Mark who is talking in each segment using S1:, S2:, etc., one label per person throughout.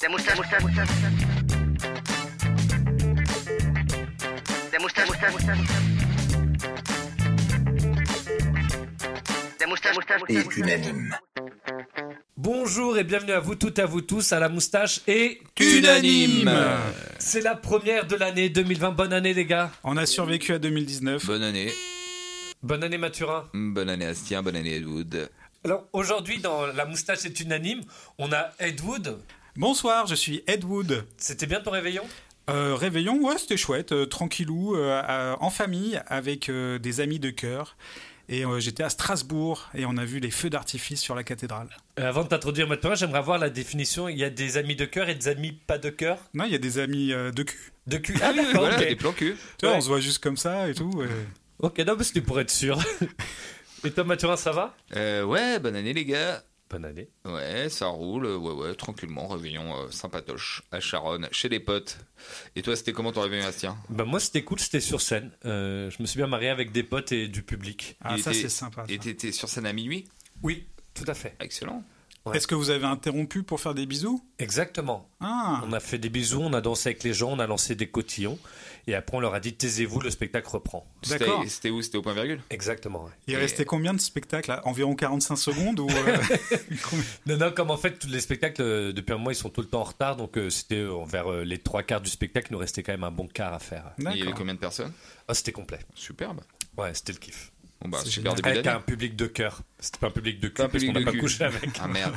S1: Des moustaches, moustaches, moustaches. Des moustaches, moustaches, moustaches. Des moustaches, moustaches,
S2: et
S1: moustaches.
S2: unanime.
S3: Bonjour et bienvenue à vous toutes, à vous tous, à la moustache et
S4: Unanime
S3: c'est la première de l'année 2020. Bonne année les gars.
S4: On a survécu à 2019.
S5: Bonne année,
S3: Bonne année Mathurin.
S5: Mm, bonne année Astien, bonne année Edwood.
S3: Alors aujourd'hui dans la moustache est unanime, on a Ed Wood.
S4: Bonsoir, je suis Ed Wood.
S3: C'était bien ton réveillon
S4: Euh, réveillon, ouais, c'était chouette, euh, tranquillou, euh, à- en famille, avec euh, des amis de cœur. Et euh, j'étais à Strasbourg et on a vu les feux d'artifice sur la cathédrale.
S3: Euh, Avant de t'introduire Mathurin, j'aimerais avoir la définition. Il y a des amis de cœur et des amis pas de cœur.
S4: Non, il y a des amis euh, de cul.
S3: De cul. Ah d'accord,
S5: Voilà,
S3: ok.
S5: des plans cul.
S4: Tu vois,
S3: Ouais.
S4: on se voit juste comme ça et tout. euh.
S3: Ok, non mais c'était pour être sûr. et toi Mathurin, ça va
S5: Euh, ouais, bonne année les gars.
S3: Bonne année.
S5: Ouais, ça roule, euh, ouais, ouais, tranquillement, réveillon euh, sympatoche à Charonne, chez les potes. Et toi, c'était comment ton réveillon, Astien
S3: Bah moi c'était cool, c'était sur scène. Euh, je me suis bien marié avec des potes et du public.
S4: Ah,
S5: Il
S4: ça,
S5: était-
S4: c'est sympa. ça.
S5: Et t'étais sur scène à minuit
S3: Oui, tout à fait.
S5: Excellent.
S3: Ouais.
S4: Est-ce que vous avez interrompu pour faire des bisous
S3: Exactement.
S4: Ah,
S3: On a fait des bisous, on a dansé avec les gens, on a lancé des cotillons. Et après, on leur a dit taisez-vous, le spectacle reprend.
S5: C'était-
S4: D'accord.
S5: C'était où C'était au point virgule
S3: Exactement. ouais.
S4: il
S5: Et-
S4: restait combien de spectacles là Environ 45 secondes ou euh, combien
S3: Non, non, comme en fait, tous les spectacles, euh, depuis un mois, ils sont tout le temps en retard. Donc, euh, c'était euh, vers euh, les trois quarts du spectacle, il nous restait quand même un bon quart à faire.
S5: Et Il y avait
S4: D'accord.
S5: combien de personnes
S3: Ah, c'était complet.
S5: Superbe.
S3: Ouais, c'était le kiff.
S5: Bon, bah,
S4: C'est
S5: super
S4: génial.
S5: début
S3: Avec un
S5: d'année.
S3: public de cœur. C'était pas un public de cul,
S5: Pas un
S3: parce
S5: public
S3: qu'on n'a
S5: de
S3: pas
S5: cul.
S3: couché avec.
S5: Ah merde.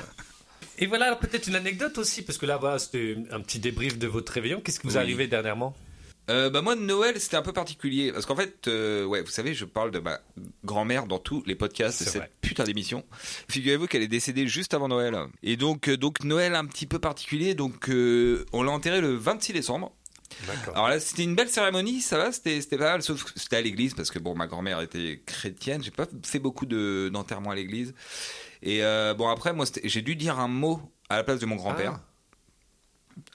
S3: Et voilà, alors, peut-être une anecdote aussi, parce que là, voilà, c'était un petit débrief de votre réveillon. Qu'est-ce qui vous est
S5: Oui.
S3: arrivé dernièrement
S5: Euh, bah moi de Noël c'était un peu particulier parce qu'en fait euh, ouais vous savez je parle de ma grand-mère dans tous les podcasts de
S3: C'est
S5: cette
S3: vrai.
S5: putain d'émission figurez-vous qu'elle est décédée juste avant Noël et donc euh, donc Noël un petit peu particulier donc euh, on l'a enterré le 26 décembre
S3: D'accord.
S5: alors là c'était une belle cérémonie ça va c'était c'était pas mal sauf que c'était à l'église parce que bon ma grand-mère était chrétienne j'ai pas fait beaucoup de d'enterrements à l'église et euh, bon après moi c'était- j'ai dû dire un mot à la place de mon grand-père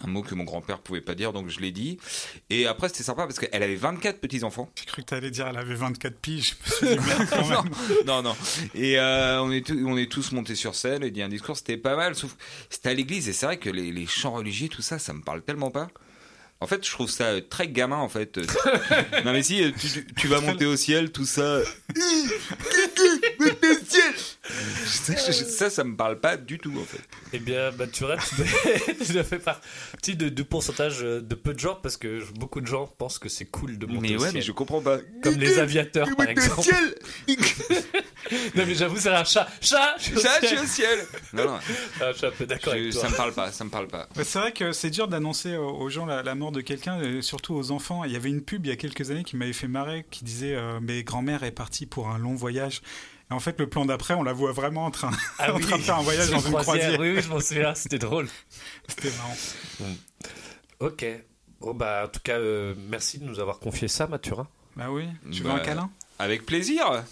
S5: un mot que mon grand-père pouvait pas dire, donc je l'ai dit. Et après, c'était sympa parce qu'elle avait 24 petits-enfants.
S4: J'ai cru que t'allais dire elle avait 24 piges. Je me suis dit, merde, quand même.
S5: non, non. Et euh, on, est tous- on est tous montés sur scène et dit un discours, c'était pas mal. Sauf que c'était à l'église et c'est vrai que les, les chants religieux, tout ça, ça me parle tellement pas. En fait, je trouve ça euh, très gamin, en fait. Euh, non, mais si, euh, tu, tu- tu vas monter au ciel, tout ça. Monter au ciel Ça, je- ça, ça me parle pas du tout, en fait.
S3: Eh bien, bah, tu rates, tu dois faire partie de- du pourcentage euh, de peu de gens parce que je- beaucoup de gens pensent que c'est cool de monter
S5: Mais
S3: au
S5: ouais,
S3: ciel.
S5: mais je comprends pas.
S3: Comme les aviateurs,
S5: Monter
S3: par
S5: au
S3: exemple.
S5: ciel
S3: Non, mais j'avoue, c'est un chat. Chat, je suis au
S5: Ça, je suis
S3: ciel.
S5: au ciel Non, non,
S3: Ah, je suis un peu d'accord
S5: je-
S3: avec toi.
S5: ça me parle pas, ça me parle pas.
S4: Bah, C'est vrai que c'est dur d'annoncer aux aux gens la, la mort de quelqu'un, euh, surtout aux enfants. Il y avait une pub il y a quelques années qui m'avait fait marrer, qui disait euh, Mes grand-mères est partie pour un long voyage. Et en fait, le plan d'après, on la voit vraiment en train,
S3: Ah
S4: en
S3: oui,
S4: train de faire un voyage
S3: sur
S4: dans une croisière.
S3: Oui, oui, je m'en souviens, c'était drôle.
S4: C'était marrant.
S3: Ok. Bon, bah, en tout cas, euh, merci de nous avoir confié ça, Mathurin.
S4: Bah oui, tu veux
S5: Bah,
S4: un câlin
S5: Avec plaisir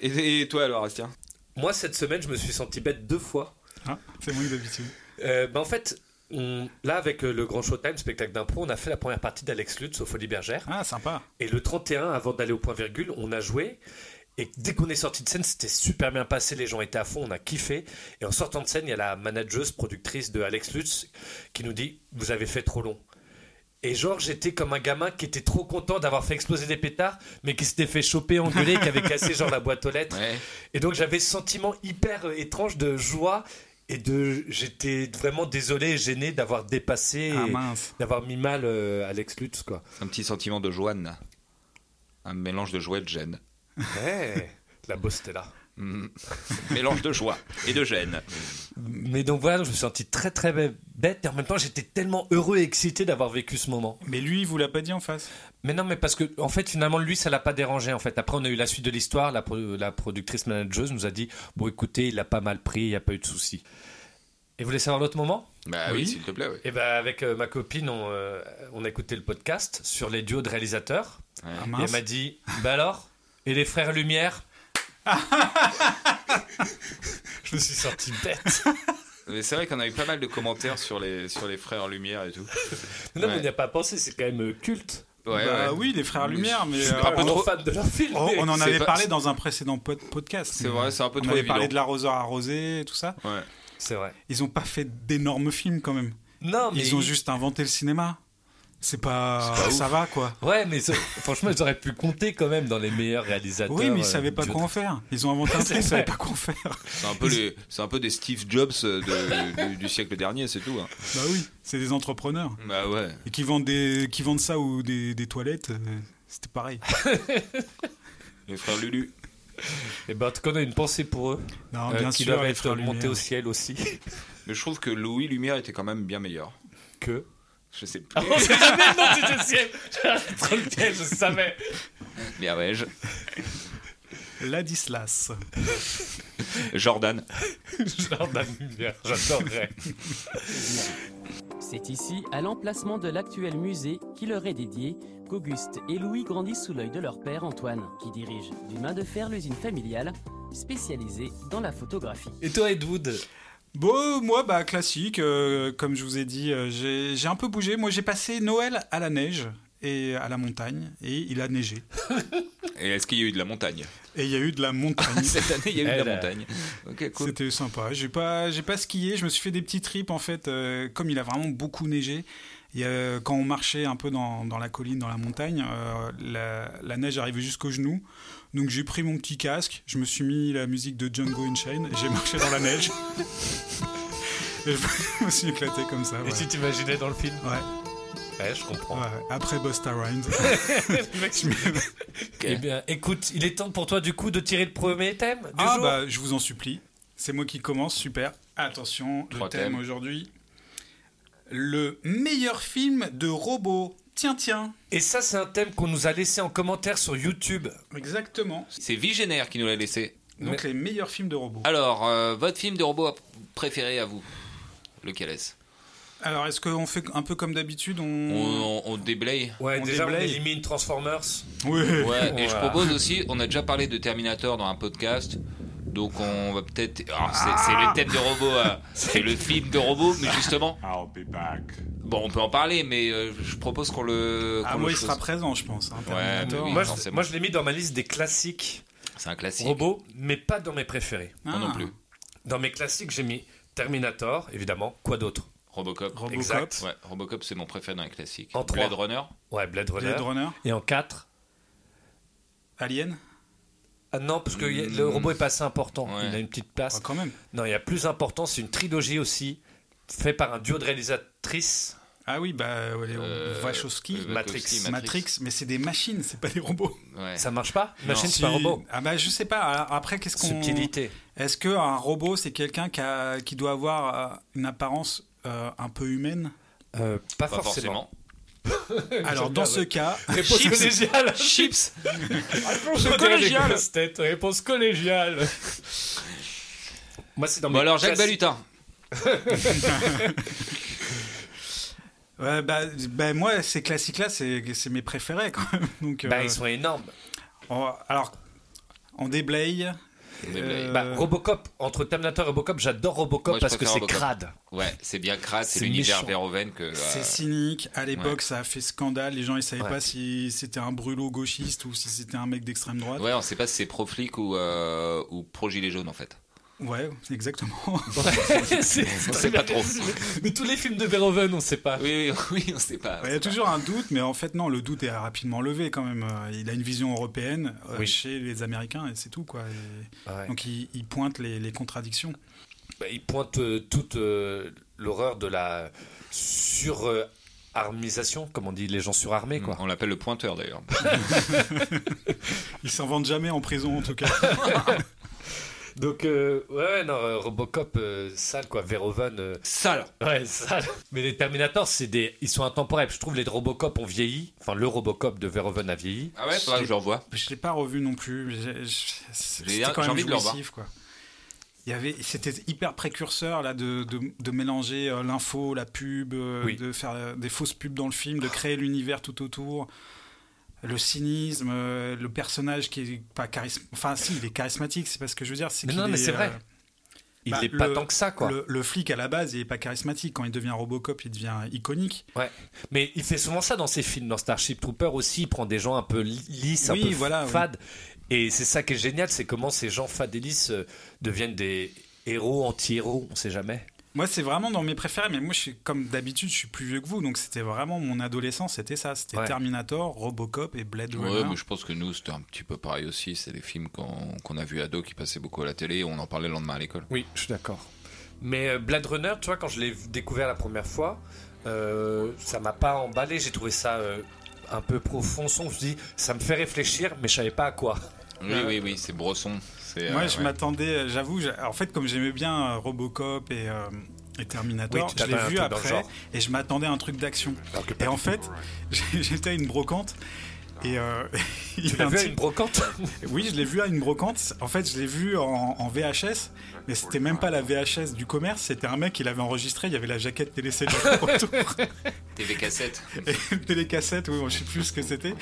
S5: et, et toi alors, Astien
S3: Moi, cette semaine, je me suis senti bête deux fois.
S4: Hein C'est moins que d'habitude.
S3: Euh, bah, en fait, on- là, avec euh, le Grand Showtime, spectacle d'impro, on a fait la première partie d'Alex Lutz au Folie Bergère.
S4: Ah, sympa.
S3: Et le 31, avant d'aller au point virgule, on a joué. Et dès qu'on est sorti de scène, c'était super bien passé. Les gens étaient à fond, on a kiffé. Et en sortant de scène, il y a la manageuse productrice de Alex Lutz qui nous dit Vous avez fait trop long. Et genre, j'étais comme un gamin qui était trop content d'avoir fait exploser des pétards, mais qui s'était fait choper, engueuler, qui avait cassé genre la boîte aux lettres.
S5: Ouais.
S3: Et donc, j'avais ce sentiment hyper euh, étrange de joie. Et de, j'étais vraiment désolé et gêné d'avoir dépassé
S4: Ah
S3: et
S4: mince.
S3: d'avoir mis mal euh, Alex Lutz, quoi.
S5: Un petit sentiment de joanne. Un mélange de joie et de gêne.
S3: Ouais, la bosse était là.
S5: Mm. mélange de joie et de gêne.
S3: Mais donc voilà, je me suis senti très très bête et en même temps j'étais tellement heureux et excité d'avoir vécu ce moment.
S4: Mais lui, il vous l'a pas dit en face.
S3: Mais non, mais parce que en fait finalement lui ça l'a pas dérangé en fait. Après on a eu la suite de l'histoire, la, pro- la productrice manageuse nous a dit bon écoutez il a pas mal pris, il n'y a pas eu de souci. Et vous voulez savoir l'autre moment
S5: Bah oui,
S4: Oui.
S5: s'il te plaît, oui.
S3: Eh ben avec euh, ma copine on, euh, on a écouté le podcast sur les duos de réalisateurs
S5: Ouais.
S4: Ah
S3: et
S4: mince.
S3: elle m'a dit bah alors et les frères Lumière. je me suis senti bête.
S5: Mais c'est vrai qu'on a eu pas mal de commentaires sur les, sur les frères Lumière et tout.
S3: Non, mais on
S5: Ouais.
S3: n'y a pas pensé, c'est quand même euh, culte.
S5: Ouais,
S4: Bah
S5: ouais.
S4: oui, les frères
S5: Mais
S4: Lumière, mais
S5: je suis
S4: euh,
S5: pas
S3: pas
S5: peu trop-
S3: trop fan de leur film.
S4: on, on en
S5: C'est
S4: avait
S5: pas-
S4: parlé dans un précédent pod- podcast.
S5: C'est vrai, c'est un peu
S4: On
S5: trop
S4: avait
S5: évident.
S4: parlé de l'arroseur arrosé et tout ça.
S5: Ouais.
S3: C'est vrai.
S4: Ils n'ont pas fait d'énormes films quand même.
S3: Non, Ah, mais
S4: Ils ont juste inventé le cinéma. C'est pas,
S3: C'est pas
S4: ça va quoi.
S3: Ouais, mais ça- franchement, ils auraient pu compter quand même dans les meilleurs réalisateurs.
S4: Oui, mais ils
S3: euh,
S4: savaient pas
S3: du-
S4: quoi en faire. Ils ont inventé un
S3: C'est
S4: truc, ils
S3: vrai.
S4: savaient pas quoi en faire.
S5: C'est un, peu les- c'est un peu des Steve Jobs euh, de- du, du siècle dernier, c'est tout. hein.
S4: Bah oui, c'est des entrepreneurs.
S5: Bah ouais.
S4: Et qui vendent, des, qui vendent ça ou des, des toilettes, euh, c'était pareil.
S5: Les frères Lulu.
S3: Eh ben, en tout cas, on a une pensée pour eux.
S4: Non,
S3: euh,
S4: Ah, bien
S3: qui
S4: sûr,
S3: doivent
S4: les
S3: être
S4: frères
S3: montés
S4: Lumière.
S3: au ciel aussi.
S5: Mais je trouve que Louis Lumière était quand même bien meilleur.
S3: Que.
S5: Je sais plus.
S3: Ah, on sait jamais le nom du deuxième Trop le piège, je savais
S5: Mais ouais, je-
S4: Ladislas.
S5: Jordan.
S3: Jordan Lumière, j'adorerais.
S2: C'est ici, à l'emplacement de l'actuel musée qui leur est dédié, qu'Auguste et Louis grandissent sous l'œil de leur père Antoine, qui dirige d'une main de fer l'usine familiale spécialisée dans la photographie.
S3: Et toi, Ed Wood
S4: Bon, moi, bah, classique, euh, comme je vous ai dit, euh, j'ai j'ai un peu bougé. Moi, j'ai passé Noël à la neige et à la montagne, et il a neigé.
S5: Et est-ce qu'il y a eu de la montagne
S4: Et il y a eu de la montagne.
S5: Cette année, il y a eu de
S3: Elle,
S5: la
S3: euh,
S5: montagne. Ok, cool.
S4: C'était sympa. J'ai pas, j'ai pas skié. Je me suis fait des petits trips en fait. euh, comme il a vraiment beaucoup neigé, il y a- quand on marchait un peu dans, dans la colline, dans la montagne, euh, la, la neige arrivait jusqu'aux genoux. Donc j'ai pris mon petit casque. Je me suis mis la musique de Django Unchained. et J'ai marché dans la neige. Et je me suis éclaté comme ça.
S3: Et
S4: voilà.
S3: si t'imaginais dans le film
S4: Ouais,
S3: Ouais, je comprends.
S4: ouais. Après Busta Rhymes.
S3: Eh bien, écoute, il est temps pour toi, du coup, de tirer le premier thème du
S4: Ah
S3: jour.
S4: bah je vous en supplie. C'est moi qui commence, super. Attention, le
S5: Trois
S4: thème
S5: thèmes.
S4: aujourd'hui. Le meilleur film de robot. Tiens, tiens.
S3: Et ça, c'est un thème qu'on nous a laissé en commentaire sur YouTube.
S4: Exactement.
S5: C'est Vigénaire qui nous l'a laissé.
S4: Donc les meilleurs films de robots.
S5: Alors, euh, votre film de robot préféré à vous Lequel est-ce
S4: Alors est-ce qu'on fait un peu comme d'habitude
S5: Hmm.
S4: on...
S5: on, on- on déblaye
S3: Ouais,
S4: On
S3: déjà, on
S4: déblaye.
S3: élimine Transformers.
S4: Ouais.
S5: Ouais, et je
S3: Voilà.
S5: propose aussi, on a déjà parlé de Terminator dans un podcast. Donc on va peut-être. alors, c'est- C'est le thème de robot, hein. c'est le film de robot, mais justement. Bon, on peut en parler, mais euh, je propose qu'on le.
S4: Ah
S5: qu'on
S4: moi
S5: le
S4: il sera
S5: chose.
S4: présent je pense. hein,
S5: Ouais,
S4: Terminator.
S5: mais oui.
S3: moi, je,
S5: forcément.
S3: moi, je l'ai mis dans ma liste des classiques
S5: C'est un classique.
S3: robots, mais pas dans mes préférés.
S5: Moi non
S4: Ah.
S5: plus.
S3: Dans mes classiques, j'ai mis Terminator, évidemment. Quoi d'autre
S5: Robocop.
S4: Robocop,
S3: Exact.
S5: Ouais, Robocop, c'est mon préféré dans les classiques.
S3: En trois.
S5: Blade Runner
S3: Ouais, Blade Runner.
S4: Blade Runner,
S3: Et en 4
S4: Alien.
S3: Ah non, parce que y a- le robot est pas assez important.
S5: Hmm. Ouais.
S3: Il a une petite
S4: Ah,
S3: place.
S4: quand même.
S3: Non, il y a plus important, c'est une trilogie aussi, fait par un duo de réalisatrices.
S4: Ah oui bah ouais, les
S5: Euh,
S4: Wachowski.
S5: euh,
S3: Matrix.
S5: Wachowski,
S4: Matrix, mais c'est des machines, c'est pas des robots.
S5: Ouais.
S3: Ça marche pas
S5: Non.
S3: Machine, c'est pas un
S4: Si-
S3: robot.
S4: Ah bah je sais pas. Alors, Après qu'est-ce qu'on
S3: Subtilité.
S4: Est-ce qu'un robot, c'est quelqu'un qui, a- qui doit avoir euh, une apparence euh, un peu humaine
S3: Euh, pas,
S5: Pas
S3: forcément.
S5: forcément.
S4: Alors,
S3: J'aime
S4: dans
S3: bien,
S4: ce
S3: ouais.
S4: cas,
S3: Réponse
S5: Chips.
S3: collégiale.
S5: Chips
S3: Réponse
S5: collégiale.
S3: Tête. Réponse collégiale. Moi, c'est dans
S5: Bon
S3: mes
S5: alors, Jacques
S3: classes-
S5: Balutin.
S4: ouais, bah, bah, moi, ces classiques-là, c'est c'est mes préférés quand même. Donc, euh,
S3: Bah, ils sont énormes.
S4: on- alors, on déblaye.
S5: On déblaye.
S4: Euh,
S3: Bah, Robocop, entre Terminator et Robocop, j'adore Robocop
S5: Moi, je
S3: parce que
S5: préfère
S3: c'est
S5: Robocop.
S3: crade.
S5: Ouais, c'est bien crasse, c'est
S3: c'est
S5: l'univers
S3: méchant.
S5: Verhoeven que. euh,
S4: C'est cynique. À l'époque, ça a fait scandale. Les gens, ils savaient
S3: Ouais.
S4: pas si c'était un brûlot gauchiste ou si c'était un mec d'extrême droite.
S5: Ouais, on sait pas si c'est pro-flic ou, euh, ou pro-gilet jaune en fait.
S4: Ouais, exactement.
S3: c'est
S5: On
S3: c'est
S5: sait pas trop.
S3: Mais tous les films de Verhoeven, on sait pas.
S5: Oui, oui, oui, on sait pas.
S4: Il y a toujours un doute, mais en fait, non, le doute est rapidement levé quand même. Euh, Il a une vision européenne euh,
S3: Oui.
S4: chez les Américains et c'est tout, quoi. Et-
S3: Ouais.
S4: Donc il, il pointe les, les contradictions.
S3: Bah, il pointe euh, toute euh, l'horreur de la surarmisation, comme on dit, les gens surarmés, quoi.
S5: On l'appelle le pointeur d'ailleurs.
S4: Ils s'en vendent jamais en prison en tout cas.
S3: Donc, euh, ouais, ouais, non, euh, Robocop, euh, sale, quoi. Verhoeven, euh,
S5: Sale
S3: ouais, sale. Mais les Terminators, c'est des... ils sont intemporels. Je trouve les Robocop ont vieilli. Enfin, le Robocop de Verhoeven a vieilli.
S5: Ah ouais, faudra que je le revoie.
S4: je l'ai pas revu non plus. mais j'ai- j'ai- C'était
S5: J'ai-
S4: quand
S5: j'ai
S4: même
S5: envie de le revoir.
S4: jouissif, quoi. Il y avait, c'était hyper précurseur là de, de- de mélanger euh, l'info, la pub, euh,
S3: Oui.
S4: de faire euh, des fausses pubs dans le film, de créer l'univers tout autour, le cynisme, euh, le personnage qui est pas charismatique. Enfin, si, il est charismatique, c'est pas ce que je veux dire. c'est
S3: Mais
S4: qu'il
S3: non, mais
S4: est,
S3: c'est vrai,
S4: euh,
S3: Il
S4: Bah,
S3: n'est pas
S4: le-
S3: tant que ça, quoi.
S4: Le, le flic à la base, il est pas charismatique. Quand il devient Robocop, il devient iconique.
S3: Ouais. Mais il fait souvent ça dans ses films. Dans Starship Trooper aussi, il prend des gens un peu li- lisses,
S4: Oui,
S3: un peu f-
S4: voilà, oui.
S3: fades. Et c'est ça qui est génial, c'est comment ces gens fades et lisses euh, deviennent des Héros, anti-héros, on sait jamais.
S4: Moi, c'est vraiment dans mes préférés, mais moi, je suis, comme d'habitude, je suis plus vieux que vous, donc c'était vraiment mon adolescence, c'était ça. C'était
S3: Ouais.
S4: Terminator, Robocop et Blade
S5: Ouais,
S4: Runner.
S5: mais je pense que nous, c'était un petit peu pareil aussi. C'est des films qu'on qu'on a vus ados qui passaient beaucoup à la télé. On en parlait le lendemain à l'école.
S3: Oui, je suis d'accord. Mais euh, Blade Runner, tu vois, quand je l'ai découvert la première fois, euh, ça m'a pas emballé. J'ai trouvé ça euh, un peu profond. Je me suis dit, ça me fait réfléchir, mais je savais pas à quoi.
S5: Oui, oui, oui, c'est Bresson. C'est,
S4: Moi,
S5: euh,
S4: je
S5: ouais.
S4: m'attendais, j'avoue, j'a- en fait, comme j'aimais bien euh, Robocop et, euh, et Terminator,
S3: Oui, tu
S4: je l'ai
S3: t'attends à un
S4: vu
S3: truc dans le
S4: après
S3: genre.
S4: et je m'attendais à un truc d'action.
S3: Alors que pas
S4: Et en
S3: du
S4: fait, j'ai- j'étais à une brocante et euh, il y
S3: Tu
S4: a
S3: l'as
S4: un
S3: vu à
S4: type-
S3: une brocante
S4: Oui, je l'ai vu à une brocante. En fait, je l'ai vu en, en VHS, mais c'était même pas la VHS du commerce, c'était un mec qui l'avait enregistré, il y avait la jaquette télécellulaire autour.
S5: TV cassette.
S4: Et télécassette, oui, bon, je sais plus ce que c'était.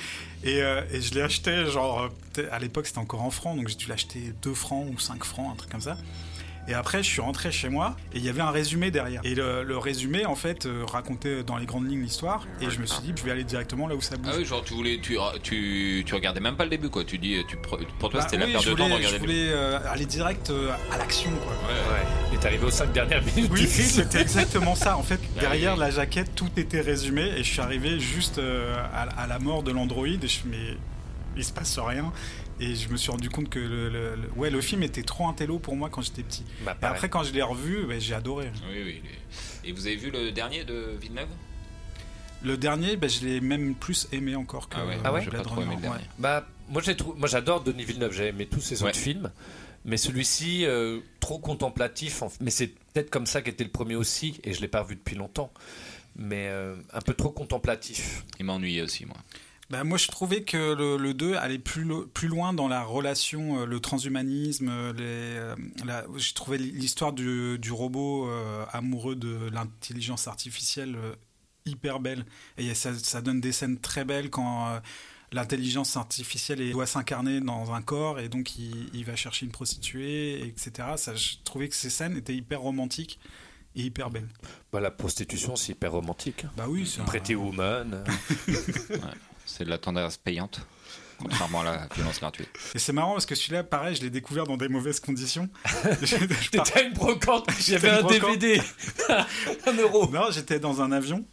S4: Et, euh, et je l'ai acheté, genre, euh, peut-être- à l'époque c'était encore en francs, donc j'ai dû l'acheter 2 francs ou 5 francs, un truc comme ça. Et après, je suis rentré chez moi et il y avait un résumé derrière. Et le, le résumé, en fait, euh, racontait dans les grandes lignes l'histoire. Et je me suis dit, je vais aller directement là où ça bouge.
S5: Ah oui, genre, tu voulais. Tu, tu, tu regardais même pas le début, quoi. Tu dis. Tu, pre- pour toi,
S4: Bah
S5: c'était
S4: oui,
S5: la perte
S4: je
S5: de temps de
S4: voulais, je
S5: regarder le début.
S4: voulais euh, aller direct euh, à l'action, quoi.
S3: Ouais. Et t'es arrivé aux 5 dernières minutes
S4: Oui,
S3: du film.
S4: c'était exactement ça. En fait,
S5: Ah
S4: derrière
S5: oui.
S4: la jaquette, tout était résumé et je suis arrivé juste euh, à, à la mort de l'androïde. Et je me mais il se passe rien. Et je me suis rendu compte que le, le- le- ouais, le film était trop intello pour moi quand j'étais petit.
S3: Bah,
S4: Et
S5: Ah
S3: pareil.
S4: après, quand je l'ai revu, bah, j'ai adoré.
S5: Oui, oui. les- Et vous avez vu le dernier de Villeneuve
S4: Le dernier, bah, je l'ai même plus aimé encore que
S5: Ah ouais,
S4: euh,
S3: Ah ouais
S5: j'ai pas
S4: Blade
S5: trop aimé le
S4: Runner.
S5: dernier.
S4: ouais.
S3: Bah, moi, j'ai trou- moi, j'adore Denis Villeneuve, j'ai aimé tous ses
S5: Ouais.
S3: autres films. Mais celui-ci, euh, trop contemplatif. en f- Mais c'est peut-être comme ça qu'était le premier aussi, et je l'ai pas revu depuis longtemps. Mais euh, un peu trop contemplatif.
S5: Il m'a ennuyé aussi, moi.
S4: Bah, moi, je trouvais que le, le 2 allait plus, lo- plus loin dans la relation, euh, le transhumanisme. euh, les, euh, la- J'ai trouvé l'histoire du, du robot euh, amoureux de l'intelligence artificielle euh, hyper belle. Et il y a- ça, ça donne des scènes très belles quand euh, l'intelligence artificielle elle doit s'incarner dans un corps et donc il, il va chercher une prostituée, etc. Ça, je trouvais que ces scènes étaient hyper romantiques et hyper belles.
S3: Bah, la prostitution, c'est hyper romantique. hein.
S4: Bah oui, c'est un-
S3: Pretty Woman.
S5: C'est de la tendresse payante. Contrairement à la violence gratuite.
S4: Et c'est marrant parce que celui-là, pareil, je l'ai découvert dans des mauvaises conditions. Je- je pars-
S3: T'étais à une brocante, j'avais
S4: à une
S3: un
S4: brocante.
S3: DVD, un euro.
S4: Non, j'étais dans un avion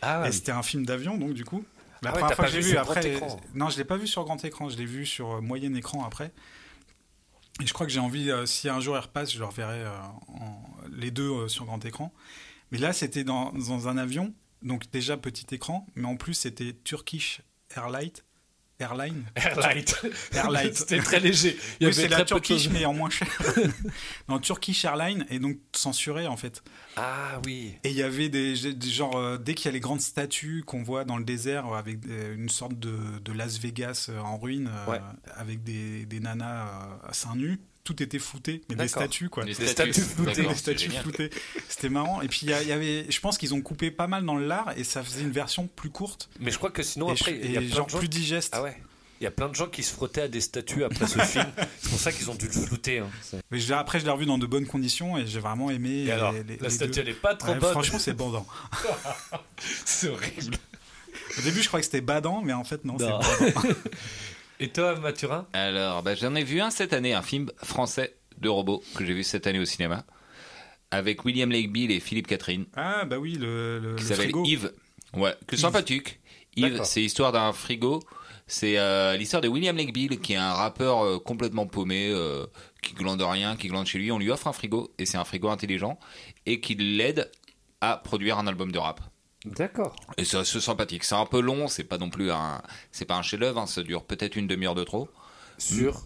S3: Ah,
S4: et c'était un film d'avion donc du coup. La
S3: Ah ouais,
S4: première
S3: t'as
S4: fois
S3: pas
S4: que j'ai
S3: vu
S4: vu
S3: sur grand
S4: après
S3: écran.
S4: non, je l'ai pas vu sur grand écran, je l'ai vu sur euh, moyen écran après. Et je crois que j'ai envie euh, si un jour il repasse, je le reverrai euh, en- les deux euh, sur grand écran. Mais là, c'était dans, dans un avion, donc déjà petit écran, mais en plus c'était Turkish Airline Airline.
S3: Airlight.
S4: Airlight.
S3: C'était très léger. Il y
S4: Oui,
S3: avait
S4: c'est
S3: très
S4: la
S3: peu de
S4: Turkish
S3: choses.
S4: mais en moins cher. non, Turkish Airline et donc censuré en fait.
S3: Ah oui.
S4: Et il y avait des, des genre euh, dès qu'il y a les grandes statues qu'on voit dans le désert euh, avec des- une sorte de, de Las Vegas euh, en ruine euh,
S3: Ouais.
S4: avec des, des nanas euh, à seins nus, tout était flouté, mais des
S3: D'accord.
S4: statues quoi.
S5: Des
S3: Des
S5: statues.
S3: statues
S5: D'accord,
S3: floutées,
S4: C'était des
S5: c'est
S4: statues
S5: génial.
S4: floutées. C'était marrant. Et puis il y, a- il y avait, je pense qu'ils ont coupé pas mal dans l'art et ça faisait une version plus courte
S3: Mais je crois que sinon,
S4: et,
S3: après,
S4: je-
S3: il y a
S4: et
S3: plein
S4: genre
S3: de gens.
S4: plus digeste.
S3: Ah ouais. Il y a plein de gens qui se frottaient à des statues après ce film. C'est pour ça qu'ils ont dû le flouter. hein.
S4: Mais je l'ai- après je l'ai revu dans de bonnes conditions et j'ai vraiment aimé.
S3: Et,
S4: les-
S3: alors,
S4: les- les
S3: la statue,
S4: deux.
S3: elle est pas trop
S4: Ouais,
S3: bonne.
S4: Franchement, c'est bandant.
S3: c'est horrible.
S4: Au début, je crois que c'était badant, mais en fait non. c'est
S3: Non.
S4: bandant.
S3: Et toi, Mathurin
S5: Alors, bah, j'en ai vu un cette année, un film français de robots que j'ai vu cette année au cinéma. Avec William Legbill et Philippe Catherine.
S4: Ah bah oui, le, le,
S5: qui
S4: le
S5: s'appelle
S4: frigo.
S5: Yves. Ouais, que sympathique. Yves,
S3: D'accord.
S5: c'est l'histoire d'un frigo. C'est euh, l'histoire de William Legbill, qui est un rappeur euh, complètement paumé, euh, qui glande rien, qui glande chez lui. On lui offre un frigo, et c'est un frigo intelligent, et qui l'aide à produire un album de rap.
S3: D'accord.
S5: Et c'est assez sympathique. C'est un peu long, c'est pas non plus un, c'est pas un chef-d'œuvre, hein, ça dure peut-être une demi-heure de trop.
S3: Sur.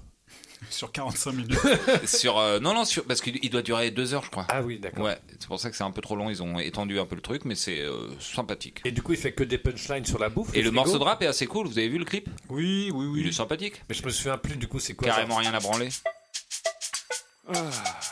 S4: sur 45 minutes.
S5: sur, euh, non, non, sur, parce qu'il doit durer deux heures, je crois.
S3: Ah oui, d'accord.
S5: Ouais, c'est pour ça que c'est un peu trop long, ils ont étendu un peu le truc, mais c'est euh, sympathique.
S3: Et du coup, il fait que des punchlines sur la bouffe.
S5: Et le
S3: frigo.
S5: morceau de rap est assez cool, vous avez vu le clip
S4: Oui, oui,
S5: Il est
S4: oui.
S5: sympathique.
S3: Mais je me souviens plus, du coup, c'est quoi
S5: Carrément
S3: ça
S5: rien à branler.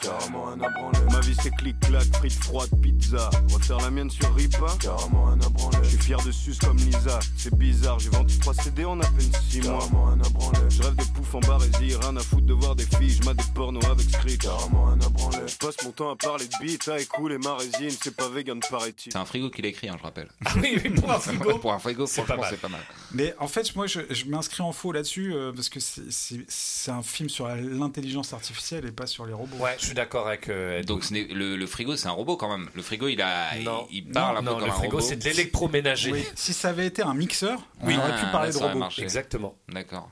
S6: Carrément un à branler. Ma vie c'est clic-clac, frites froides, pizza. Refaire la mienne sur Ripa. Carrément un à branler. Je suis fier de sus comme Lisa. C'est bizarre, j'ai vendu 3 CD en à peine 6 mois. Carrément un à branler. Je rêve de pouf en barésie, rien à foutre de voir des filles. Je mets des pornos avec script. Carrément un à branler. Je passe mon temps à parler de beat, ah écoute, et ma résine, c'est pas vegan, paraît-il.
S7: C'est un frigo qu'il a écrit, hein, je rappelle.
S3: Ah oui, oui, pour un frigo.
S7: Pour un frigo,
S3: C'est pas
S7: franchement,
S3: mal.
S7: c'est pas mal.
S4: Mais en fait, moi, je, je m'inscris en faux là-dessus euh, parce que c'est- c'est c'est un film sur la- l'intelligence artificielle et pas sur les robots.
S3: Ouais, je suis d'accord avec. euh, Ed.
S7: Donc ce n'est- le, le frigo, c'est un robot quand même. Le frigo, il a, il-
S3: Non.
S7: il parle un peu
S3: non,
S7: comme
S3: le
S7: un
S3: frigo,
S7: robot.
S3: c'est de l'électroménager.
S4: Oui. Si ça avait été un mixeur,
S7: Oui.
S4: on aurait
S7: Ah,
S4: pu parler
S7: ça
S4: de
S7: aurait
S4: robot.
S7: marché.
S3: Exactement.
S7: D'accord.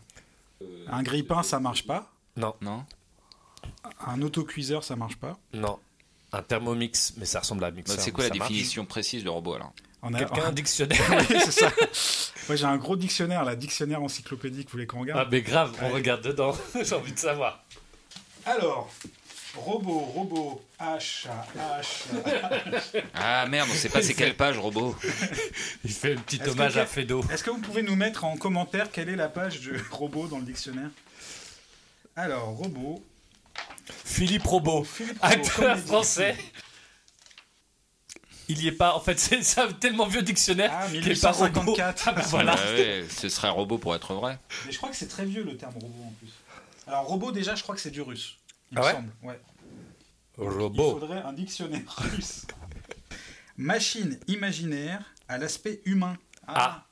S4: Un grille-pain, ça marche pas.
S7: Non.
S4: Un autocuiseur, ça marche pas.
S3: Non. Un thermomix, mais ça ressemble à un mixeur.
S7: Bah, c'est quoi la
S3: ça marche.
S7: définition précise de robot alors
S4: On a-
S3: Quelqu'un, un dictionnaire
S4: Oui, c'est ça. Moi, j'ai un gros dictionnaire, là, dictionnaire encyclopédique, vous voulez qu'on regarde
S3: Ah, mais grave, on
S4: Ouais.
S3: regarde dedans. J'ai envie de savoir.
S4: Alors, robot, robot, H, H.
S7: Ah merde, on sait pas c'est quelle page robot.
S3: Il fait un petit
S4: Est-ce
S3: hommage
S4: que-
S3: à Fedo.
S4: Est-ce que vous pouvez nous mettre en commentaire quelle est la page de robot dans le dictionnaire Alors, robot.
S3: Philippe Robot,
S4: Philippe Robot,
S3: acteur
S4: comédie.
S3: Ah, français. Il y est pas. En fait, c'est c'est un tellement vieux dictionnaire
S4: Ah,
S3: qu'il est pas robot.
S4: 1854.
S3: Ah, bah, voilà.
S7: Bah ouais, ce serait un robot pour être vrai.
S4: Mais je crois que c'est très vieux le terme robot en plus. Alors, robot, déjà, je crois que c'est du russe. Il
S3: Ah
S4: me
S3: ouais
S4: semble. Ouais. Il
S3: Robot.
S4: faudrait un dictionnaire russe. Machine imaginaire à l'aspect humain. Ah.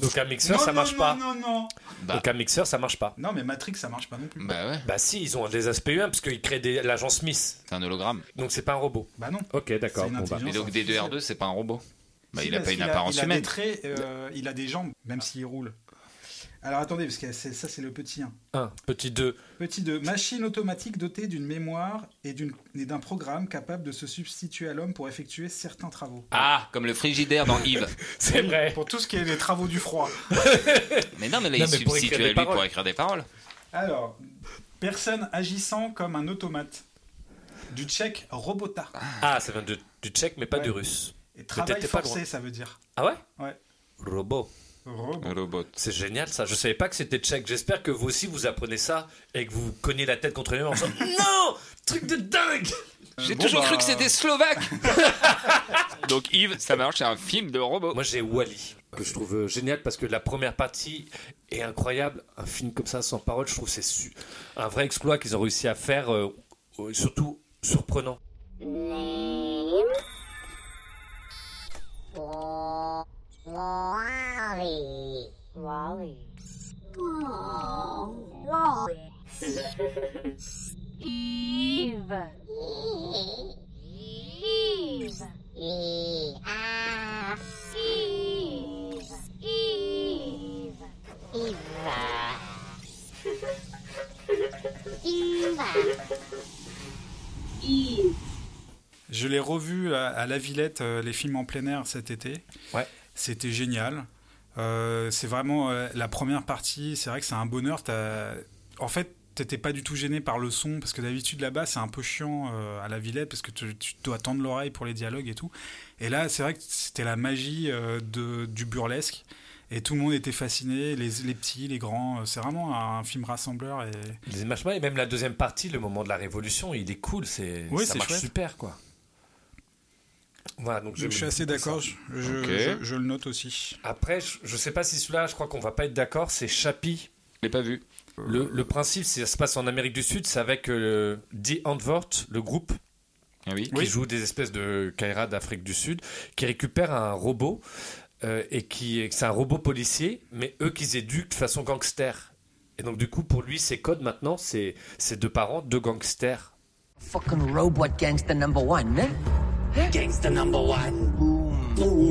S3: Donc un mixeur,
S4: Non,
S3: ça
S4: non,
S3: marche
S4: non,
S3: pas.
S4: Non, non,
S7: Bah,
S3: Donc un mixeur, ça marche pas.
S4: non, mais Matrix, ça marche pas non plus.
S7: bah ouais,
S3: Bah si, ils ont des aspects humains parce qu'ils créent des- l'agent Smith.
S7: c'est un hologramme.
S3: Donc c'est pas un robot.
S4: Bah non.
S3: Ok, d'accord.
S4: C'est une
S3: bon, bah.
S4: intelligence.
S7: Mais donc
S4: artificielle.
S7: D2R2, c'est pas un robot. Bah,
S4: Si,
S7: il a
S4: parce
S7: pas une
S4: qu'il
S7: apparence
S4: il a
S7: humaine.
S4: Des traits, euh, il a des jambes, même s'il roule. Alors attendez, parce que c'est- ça c'est le petit hein. 1.
S3: Un, petit 2.
S4: Petit 2. Machine automatique dotée d'une mémoire et d'une- et d'un programme capable de se substituer à l'homme pour effectuer certains travaux.
S7: Ah, comme le frigidaire dans Yves.
S3: C'est vrai.
S4: Pour tout ce qui est les travaux du froid.
S7: Mais non, mais là,
S3: Non,
S7: il
S3: mais pour écrire
S7: substitue
S3: des
S7: à lui
S3: paroles.
S7: pour écrire des paroles.
S4: Alors, personne agissant comme un automate. Du tchèque robota.
S3: Ah, ça vient de- du tchèque, mais pas
S4: Ouais.
S3: du russe.
S4: Et travail
S3: t'es pas
S4: forcé,
S3: loin.
S4: ça veut dire.
S3: Ah ouais
S4: Ouais.
S3: Robot.
S4: Robot.
S7: robot.
S3: C'est génial ça. Je savais pas que c'était tchèque. J'espère que vous aussi vous apprenez ça et que vous vous cognez la tête contre les murs en disant Non Truc de dingue
S7: J'ai
S4: bon,
S7: toujours
S4: bah-
S7: cru que c'était slovaque. donc Yves, ça marche, c'est un film de robot.
S3: Moi j'ai Wally, que je trouve euh, génial parce que la première partie est incroyable. Un film comme ça sans parole, je trouve c'est su- un vrai exploit qu'ils ont réussi à faire, euh, euh, surtout surprenant.
S8: Name? Wa- Wally. Wally. Wally. Eve. Eve. Eve. Eve. Eve. Eva. Eve.
S4: Je l'ai revu à, à la Villette, euh, les films en plein air cet été.
S3: Ouais.
S4: C'était génial. Euh, c'est vraiment euh, la première partie. C'est vrai que c'est un bonheur. T'as- En fait, t'étais pas du tout gêné par le son parce que d'habitude là-bas c'est un peu chiant euh, à la Villette parce que tu, tu dois tendre l'oreille pour les dialogues et tout. Et là, c'est vrai que c'était la magie euh, de, du burlesque. Et tout le monde était fasciné, les, les petits, les grands. Euh, C'est vraiment un, film rassembleur. Et...
S3: Les images et même la deuxième partie, le moment de la révolution, il est cool. C'est
S4: Oui,
S3: ça
S4: c'est
S3: marche
S4: chouette.
S3: super quoi. Voilà, donc
S4: Je,
S3: j'aime
S4: suis assez
S3: beaucoup ça.
S4: d'accord. Je, je-
S7: Ok.
S4: je- je le note aussi.
S3: Après, je, je sais pas si celui-là, je crois qu'on va pas être d'accord. C'est Chapi.
S7: Je l'ai pas vu.
S3: Le, le principe, c'est- ça se passe en Amérique du Sud, c'est avec euh, Die Antwort, le groupe
S7: Ah oui.
S4: Oui.
S3: qui joue des espèces de Kaira d'Afrique du Sud, qui récupère un robot euh, et qui c'est un robot policier, mais eux qu'ils éduquent de façon gangster. Et donc du coup, pour lui, ses codes maintenant, c'est ses deux parents, deux gangsters.
S9: Fucking robot gangster number one, eh? Gangster number one.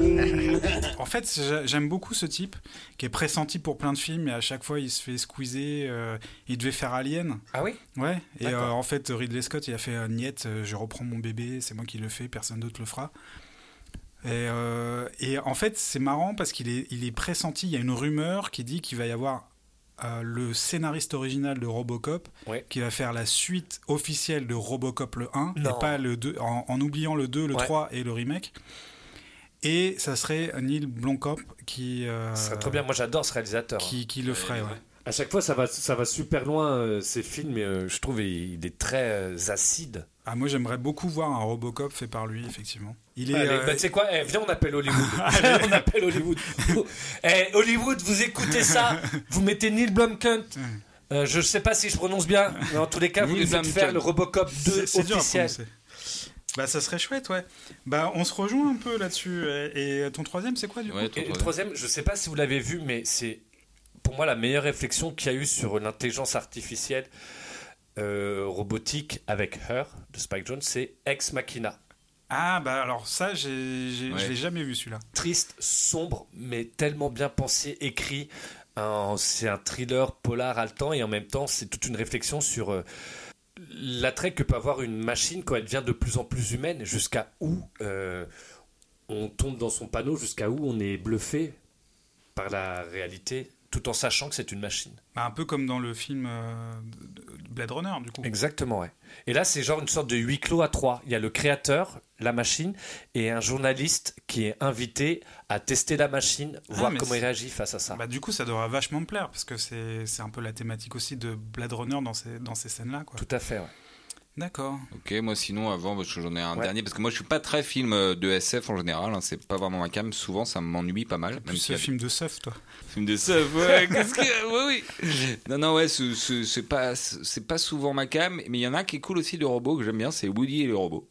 S4: En fait, j'a- j'aime beaucoup ce type qui est pressenti pour plein de films et à chaque fois il se fait squeezer. euh, il devait faire Alien.
S3: Ah oui
S4: Ouais. Et
S3: D'accord.
S4: euh, en fait, Ridley Scott, il a fait euh, Niet, euh, je reprends mon bébé, c'est moi qui le fais, personne d'autre le fera. Et, euh, et en fait, c'est marrant parce qu'il est, il est pressenti. Il y a une rumeur qui dit qu'il va y avoir euh, le scénariste original de Robocop
S3: Ouais.
S4: qui va faire la suite officielle de Robocop le 1
S3: Non.
S4: et pas le 2, en, en oubliant le 2, le
S3: Ouais.
S4: 3 et le remake. Et ça serait Neil Blomkamp qui, euh,
S3: Ça serait trop bien. Moi, j'adore ce réalisateur. hein.
S4: qui, qui le ferait. ouais.
S3: À chaque fois, ça va, ça va super loin euh, ces films. et, euh, je trouve il, il est très euh, acide.
S4: Ah, moi, j'aimerais beaucoup voir un Robocop fait par lui, effectivement. Il est,
S3: Allez,
S4: euh,
S3: bah, tu sais quoi Eh, Viens, on appelle Hollywood. on appelle Hollywood. Eh, Hollywood, vous écoutez ça Vous mettez Neil Blomkamp, Euh, je sais pas si je prononce bien, mais en tous les cas, vous devez me faire le Robocop 2
S4: C'est c'est dur à
S3: officiel.
S4: prononcer. Bah, ça serait chouette, ouais. Bah, on se rejoint un peu là-dessus. Et, et ton troisième, c'est quoi du
S5: Ouais,
S4: coup
S5: ton
S3: Et le
S5: troisième.
S3: troisième, je sais pas si vous l'avez vu, mais c'est pour moi la meilleure réflexion qu'il y a eu sur l'intelligence artificielle euh, robotique avec Her de Spike Jones, c'est Ex Machina.
S4: Ah, bah alors ça, j'ai, j'ai-
S5: Ouais.
S4: je l'ai jamais vu celui-là.
S3: Triste, sombre, mais tellement bien pensé, écrit. Un- C'est un thriller polar haletant et en même temps, c'est toute une réflexion sur euh, l'attrait que peut avoir une machine quand elle devient de plus en plus humaine, et jusqu'à où euh, on tombe dans son panneau, jusqu'à où on est bluffé par la réalité, tout en sachant que c'est une machine.
S4: Bah, un peu comme dans le film euh, de- de Blade Runner, du coup.
S3: Exactement, ouais. Et là, c'est genre une sorte de huis clos à trois. Il y a le créateur, la machine, et un journaliste qui est invité à tester la machine,
S4: Ah,
S3: voir
S4: mais
S3: comment il
S4: c'est-
S3: réagit face à ça.
S4: Bah, du coup, ça devrait vachement me plaire, parce que c'est, c'est un peu la thématique aussi de Blade Runner dans ces, dans ces scènes-là. Quoi.
S3: Tout à fait, ouais.
S4: D'accord.
S5: Ok, moi sinon avant parce que j'en ai un
S3: Ouais.
S5: dernier parce que moi je suis pas très film euh, de SF en général, hein, c'est pas vraiment ma cam. Souvent ça m'ennuie pas mal.
S4: Plus
S5: s'il y
S4: ce
S5: a
S4: film de surf, toi.
S5: des films de SF, ouais. qu'est-ce que, ouais, oui. Non non ouais, ce- ce- c'est pas c'est pas souvent ma cam, mais il y en a un qui est cool aussi de robots que j'aime bien, c'est Woody et les robots.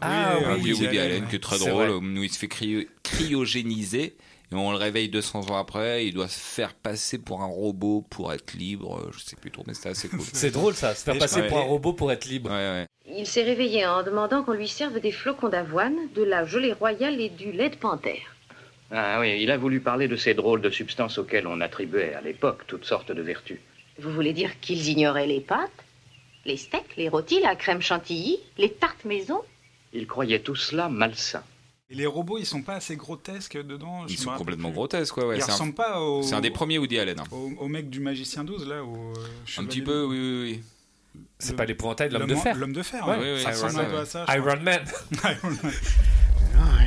S3: Ah
S4: euh,
S3: oui,
S5: Woody, Woody Allen, qui est très
S3: C'est
S5: drôle,
S3: vrai.
S5: où il se fait cryo- cryogéniser. Et on le réveille 200 ans après, il doit se faire passer pour un robot pour être libre. euh, Je sais plus trop, mais c'était assez cool.
S3: C'est drôle ça, se faire
S4: Et je
S3: passer
S5: crois-
S3: pour un robot pour être libre.
S5: Ouais, ouais.
S10: Il s'est réveillé en demandant qu'on lui serve des flocons d'avoine, de la gelée royale et du lait de panthère.
S11: Ah oui, il a voulu parler de ces drôles de substances auxquelles on attribuait à l'époque toutes sortes de vertus.
S10: Vous voulez dire qu'ils ignoraient les pâtes, les steaks, les rôtis, la crème chantilly, les tartes maison
S11: Il croyait tout cela malsain.
S4: Et les robots, ils sont pas assez grotesques dedans. je
S5: Ils
S4: me
S5: sont
S4: rappelle
S5: complètement
S4: plus.
S5: grotesques, ouais, ouais.
S4: Ils
S5: C'est un,
S4: ressemblent pas au...
S5: c'est un des premiers Woody Allen. hein.
S4: au, au mec du Magicien 12, là. Au, euh,
S5: Un
S4: Chevalier
S5: petit
S4: du-
S5: peu, oui, oui, oui.
S3: C'est
S4: Le-
S3: pas l'épouvantail de l'homme de fer.
S4: L'homme de fer,
S5: Ouais,
S4: ouais.
S5: oui,
S4: ça
S5: oui,
S4: ressemble
S5: Iron
S4: un peu
S5: Man.
S4: à ça. je
S3: Iron Man.
S4: crois. Iron Man.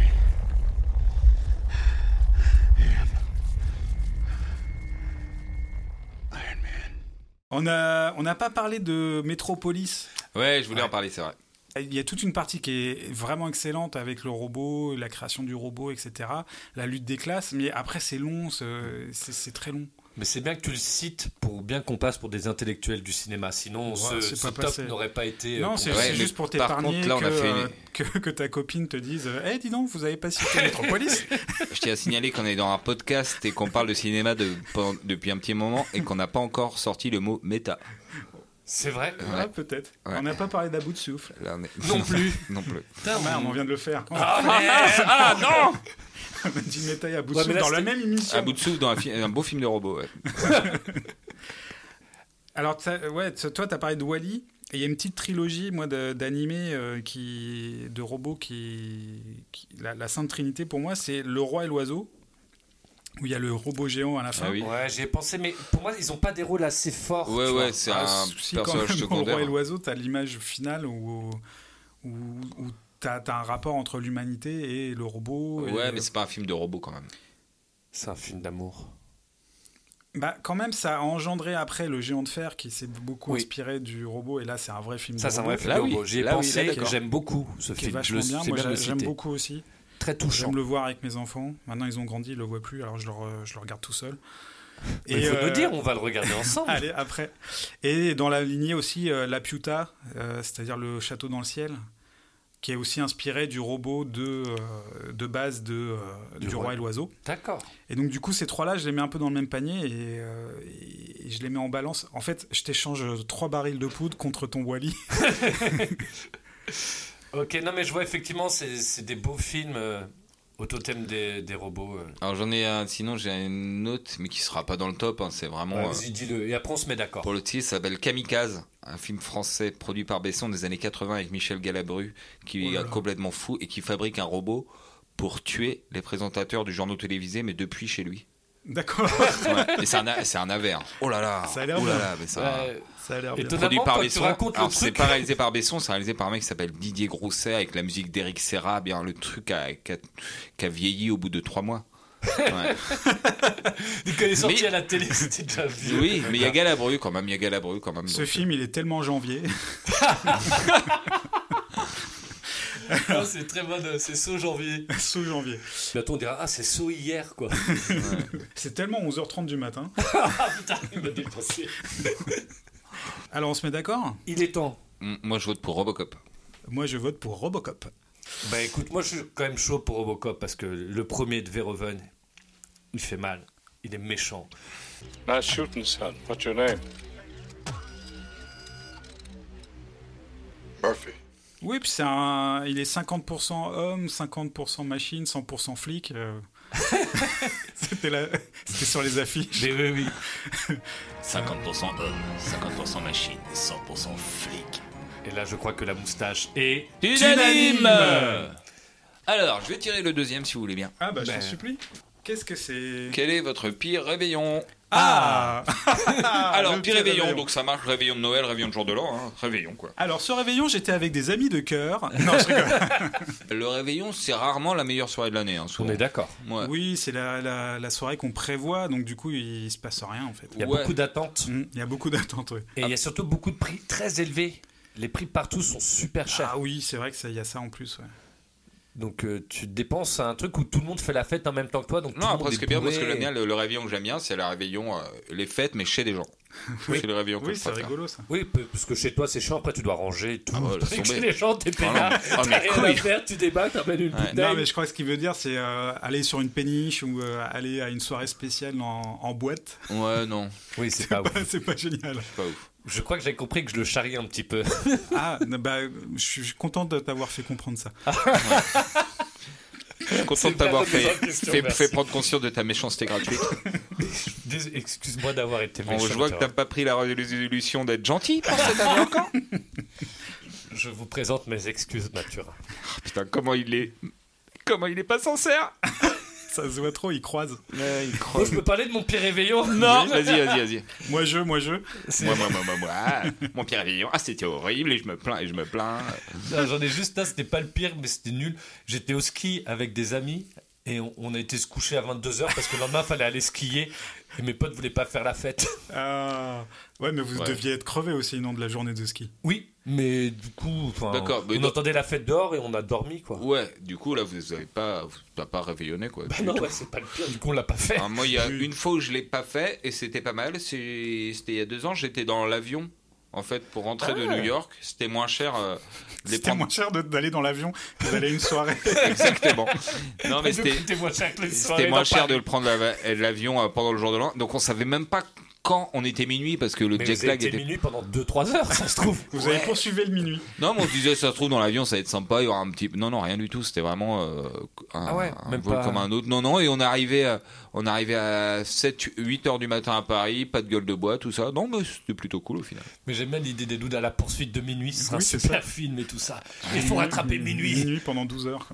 S4: On n'a on n'a pas parlé de Metropolis.
S5: Ouais, je voulais en parler, c'est vrai.
S4: Il y a toute une partie qui est vraiment excellente avec le robot, la création du robot, etc. La lutte des classes, mais après c'est long, ce- c'est c'est très long.
S3: Mais c'est bien que tu le cites pour bien qu'on passe pour des intellectuels du cinéma. Sinon, ce,
S4: c'est
S3: ce
S4: pas
S3: top
S4: passé.
S3: n'aurait pas été. euh,
S4: Non,
S3: qu'on-
S4: c'est
S5: Ouais,
S4: c'est
S5: mais
S4: juste pour
S5: par
S4: t'épargner
S5: contre,
S4: que,
S5: là, on a fait une-
S4: euh, que- que ta copine te dise « Eh, dis donc, vous avez pas cité Metropolis
S5: Je tiens à signaler qu'on est dans un podcast et qu'on parle de cinéma de- pen- depuis un petit moment et qu'on n'a pas encore sorti le mot méta.
S3: C'est vrai. !»
S4: Ah, peut-être.
S5: Ouais.
S4: On n'a pas parlé d'à bout de souffle.
S5: Là, on est-
S3: Non plus.
S5: non plus.
S4: Ah, merde, on vient de le faire.
S5: Ah non
S4: On a dit métaille à bout de
S3: Ouais, mais
S4: souffle
S3: là,
S4: dans la
S3: c'était-
S4: même émission.
S5: À bout de souffle dans un, fi- un beau film de robot, ouais.
S4: Alors, t'as- ouais, t- toi, t'as parlé de Wally. Et il y a une petite trilogie, moi, de- d'animés euh, qui, de robots qui, qui- la, la Sainte Trinité pour moi, c'est Le Roi et l'Oiseau, où il y a le robot géant à la fin.
S5: Ah oui.
S3: Ouais, j'y ai pensé, mais pour moi, ils ont pas des rôles assez forts.
S5: Ouais,
S3: tu vois.
S5: ouais, c'est
S4: Ah,
S5: un
S4: si, quand
S5: personnage
S4: même, dans Le
S5: secondaire.
S4: Roi et l'Oiseau, t'as l'image finale où, où, où t'as t'as un rapport entre l'humanité et le robot.
S5: Ouais,
S4: Et-
S5: mais c'est pas un film de robot quand même.
S3: C'est un film d'amour.
S4: Bah, quand même, ça a engendré après le géant de fer qui s'est beaucoup
S3: Oui.
S4: inspiré du robot. Et là, c'est un vrai film.
S3: Ça,
S4: de
S3: c'est un
S4: robot
S3: vrai film
S5: Là,
S3: de
S5: oui.
S3: robot. J'y ai
S5: Là, oui,
S3: pensé,
S5: là, d'accord.
S3: que j'aime beaucoup ce
S4: qui est
S3: film.
S4: vachement
S3: Je-
S4: bien.
S3: c'est
S4: Moi,
S3: de
S4: j'a-
S3: le
S4: j'aime
S3: citer.
S4: beaucoup aussi.
S3: Très touchant.
S4: J'aime le voir avec mes enfants. Maintenant, ils ont grandi, ils le voient plus. Alors, je le, re- je le regarde tout seul.
S3: Mais il faut
S4: euh,
S3: le dire, on va le regarder ensemble.
S4: Allez, après. Et dans la lignée aussi, euh, La Piuta, euh, c'est-à-dire le château dans le ciel, qui est aussi inspiré du robot de, euh, de base de, euh,
S3: Du
S4: du
S3: roi.
S4: roi et l'oiseau.
S3: D'accord.
S4: Et donc, du coup, ces trois-là, je les mets un peu dans le même panier et, euh, et je les mets en balance. En fait, je t'échange euh, trois barils de poudre contre ton Wally.
S3: Ok, non, mais je vois effectivement, c'est c'est des beaux films euh, au totem des, des robots. euh.
S5: Alors j'en ai un, sinon j'ai une autre, mais qui sera pas dans le top, hein, c'est vraiment...
S3: Ouais,
S5: euh,
S3: Vas-y, dis-le. Et après, on se met d'accord.
S5: Pour le titre, ça s'appelle Kamikaze, un film français produit par Besson des années 80 avec Michel Galabru, qui
S4: Oh là
S5: est
S4: là.
S5: complètement fou et qui fabrique un robot pour tuer les présentateurs du journal télévisé, mais depuis chez lui.
S4: D'accord,
S5: Ouais. Et c'est un, a- c'est un navet, hein. Oh là là
S4: Ça a l'air
S5: Oh là
S4: bien.
S5: là, mais ça-
S3: Ouais,
S4: ça a l'air
S3: Et
S5: Produit
S3: Bah, toi- Euh,
S4: bien.
S3: Étonnamment,
S5: par
S3: quand tu
S5: Besson.
S3: racontes le
S5: Alors, c'est
S3: truc-
S5: pas réalisé par Besson, c'est réalisé par un mec qui s'appelle Didier Grousset avec la musique d'Eric Serra, bien le truc a- qui a, qui a vieilli au bout de trois mois. Ouais.
S3: Dès qu'elle est sortie
S5: Mais-
S3: à la télé, c'était déjà vieux.
S5: Oui, mais il y a Galabru quand même, il y a Galabru quand même.
S4: Ce
S5: donc,
S4: film, il est tellement janvier.
S3: Non, c'est très bon, euh, c'est saut janvier.
S4: Saut janvier.
S3: Bientôt on dira, ah, c'est saut hier, quoi.
S4: C'est tellement 11h30 du matin.
S3: ah putain, il m'a dépassé.
S4: Alors on se met d'accord
S3: Il est temps.
S5: Mm, Moi, je vote pour Robocop.
S4: Moi je vote pour Robocop.
S3: Bah écoute, moi je suis quand même chaud pour Robocop parce que le premier de Verhoeven, il fait mal. Il est méchant.
S6: Nice shooting, son. What's your name? Murphy.
S4: Oui, puis c'est un... il est 50% homme, 50% machine, 100% flic. euh. C'était la- c'était sur les affiches.
S3: Mais oui, oui.
S5: 50% homme, 50% machine, 100% flic.
S3: Et là, je crois que la moustache est
S5: Unanime Alors, je vais tirer le deuxième si vous voulez bien.
S4: Ah bah je
S3: Ben.
S4: t'en supplie. Qu'est-ce que c'est
S5: Quel est votre pire réveillon
S4: Ah
S5: Alors,
S4: Le
S5: pire réveillon, donc ça marche, réveillon de Noël, réveillon de jour de l'an, hein, réveillon quoi.
S4: Alors ce réveillon, j'étais avec des amis de cœur. Non, je rigole.
S5: Le réveillon, c'est rarement la meilleure soirée de l'année. Hein,
S3: On
S5: souvent.
S3: est d'accord.
S5: Ouais.
S4: Oui, c'est la, la- la soirée qu'on prévoit, donc du coup, il, se passe rien en fait.
S3: Il y a
S5: Ouais. Ah.
S3: beaucoup d'attentes.
S4: Mm, Il y a beaucoup d'attentes, oui.
S3: Et il y a surtout beaucoup de prix très élevés. Les prix partout sont super chers.
S4: Ah oui, c'est vrai que ça, il y a ça en plus. ouais.
S3: Donc euh, tu dépenses à un truc où tout le monde fait la fête en même temps que toi. Donc tout
S5: Non,
S3: le
S5: après,
S3: monde
S5: ce qui
S3: est
S5: est bien, moi, ce
S3: bourré.
S5: que j'aime bien, le, le réveillon que j'aime bien, c'est le réveillon, euh, les fêtes, mais chez les gens.
S4: Oui.
S5: C'est le réveillon que
S4: Oui,
S5: je
S4: c'est
S5: préfère.
S4: rigolo ça.
S3: Oui, p- parce que chez toi c'est chiant, après tu dois ranger tout.
S5: Ah ouais, laisse
S3: Chez
S5: tomber.
S3: les gens, t'es
S5: non.
S3: peinard,
S5: Ah,
S3: t'as
S5: mes
S3: rien à
S5: couilles.
S3: faire, tu débarques, t'amènes une
S5: Ouais.
S3: bouteille.
S4: Non, mais je crois que ce qu'il veut dire, c'est euh, aller sur une péniche ou euh, aller à une soirée spéciale en, en boîte.
S5: Ouais, non,
S3: Oui, c'est pas ouf.
S4: c'est pas génial.
S5: c'est pas ouf.
S3: Je crois que j'ai compris que je le charrie un petit peu.
S4: Ah, non, bah, je suis content de t'avoir fait comprendre ça.
S5: Je suis content de
S3: une
S5: t'avoir
S3: très
S5: fait,
S3: bonne question,
S5: fait,
S3: merci.
S5: fait prendre conscience de ta méchanceté gratuite.
S3: Dés- Excuse-moi d'avoir été
S5: Bon,
S3: méchant.
S5: je vois que t'as pas pris la résolution d'être gentil pour cette année encore.
S3: Je vous présente mes excuses, Mathurin.
S5: Putain, comment il est. Comment il est pas sincère
S4: Ça se voit trop, ils croisent.
S3: Moi, je peux parler de mon pire réveillon
S5: Non Vas-y, vas-y, vas-y.
S4: Moi je, moi je.
S5: Moi, moi, moi, moi, moi. Ah, Mon pire réveillon. Ah, c'était horrible et je me plains et je me plains.
S3: Non, J'en ai juste un, c'était pas le pire, mais c'était nul. J'étais au ski avec des amis et on, on a été se coucher à 22h parce que le lendemain, fallait aller skier et mes potes voulaient pas faire la fête.
S4: Ah. ouais, mais vous
S5: Ouais.
S4: deviez être crevé aussi, non, de la journée de ski.
S3: Oui, mais du coup, enfin,
S5: D'accord, mais
S3: on
S5: non.
S3: entendait la fête dehors et on a dormi, quoi.
S5: Ouais, du coup, là, vous avez pas. Vous t'as pas réveillonné, quoi.
S3: Bah non, ouais, c'est pas le pire, du coup, on l'a pas fait.
S5: Ah, moi, il y a une fois où je l'ai pas fait et c'était pas mal. C'est- C'était il y a deux ans, j'étais dans l'avion. En fait, pour rentrer de New York, c'était moins cher euh, de les
S4: Ah. C'était
S5: prendre.
S4: moins cher de- d'aller dans l'avion que d'aller à une soirée.
S5: Exactement. Non, mais c'était.
S3: C'était moins cher que les
S5: C'était
S3: soirées
S5: moins
S3: dans
S5: cher
S3: Paris.
S5: de le prendre la- l'avion euh, pendant le jour de l'an. Donc on savait même pas quand on était minuit parce que le
S3: Mais
S5: jet
S3: vous avez
S5: lag
S3: été
S5: était.
S3: minuit pendant 2-3 heures, ça se trouve.
S4: Vous avez poursuivi le minuit.
S5: Non, mais on se disait ça se trouve dans l'avion ça va être sympa, il y aura un petit. Non, non, rien du tout. C'était vraiment euh, un,
S3: Ah ouais,
S5: un
S3: même
S5: vol
S3: pas-
S5: comme un autre. Non, non. Et on est arrivé, à, on est arrivé à 7 8 heures du matin à Paris, pas de gueule de bois, tout ça. Non, mais c'était plutôt cool au final.
S3: Mais j'aime bien l'idée des doudes à la poursuite de minuit, ce sera
S4: Oui,
S3: un
S4: c'est
S3: super film et tout ça. Il faut rattraper minuit.
S4: Minuit pendant 12 heures.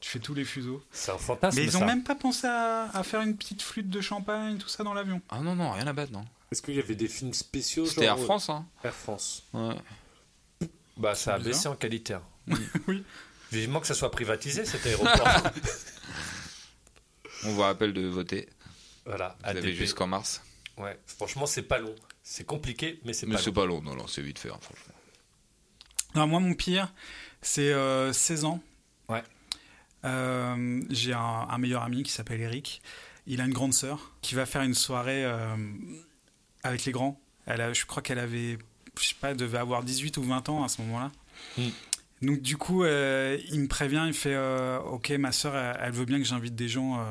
S4: Tu fais tous les fuseaux.
S3: Ah, C'est un fantasme.
S4: Mais ils ont
S3: ça.
S4: même pas pensé à, à faire une petite flûte de champagne, tout ça dans l'avion.
S5: Ah non, non, rien à battre, non.
S3: Est-ce qu'il y avait des films spéciaux
S5: C'était
S3: genre,
S5: Air France, hein.
S3: euh, Air France.
S5: Ouais.
S3: Bah, ça a
S4: Bizarre.
S3: baissé en qualité. hein.
S4: Oui.
S3: Vivement que ça soit privatisé cet aéroport.
S5: On vous rappelle de voter.
S3: voilà,
S5: Vous avez
S3: ADP.
S5: jusqu'en mars.
S3: Ouais, franchement, c'est pas long. C'est compliqué, mais c'est
S5: Mais
S3: pas
S5: c'est
S3: long.
S5: pas long, non, non, c'est vite fait, hein, franchement.
S4: Non, moi, mon pire, c'est euh, 16 ans.
S3: Ouais.
S4: Euh, J'ai un, un meilleur ami qui s'appelle Eric. Il a une grande sœur qui va faire une soirée euh, avec les grands. Elle a- je crois qu'elle avait, je sais pas, devait avoir 18 ou 20 ans à ce moment-là.
S3: Mm.
S4: Donc, du coup, euh, il me prévient, il fait euh, Ok, ma sœur, elle, elle veut bien que j'invite des gens euh,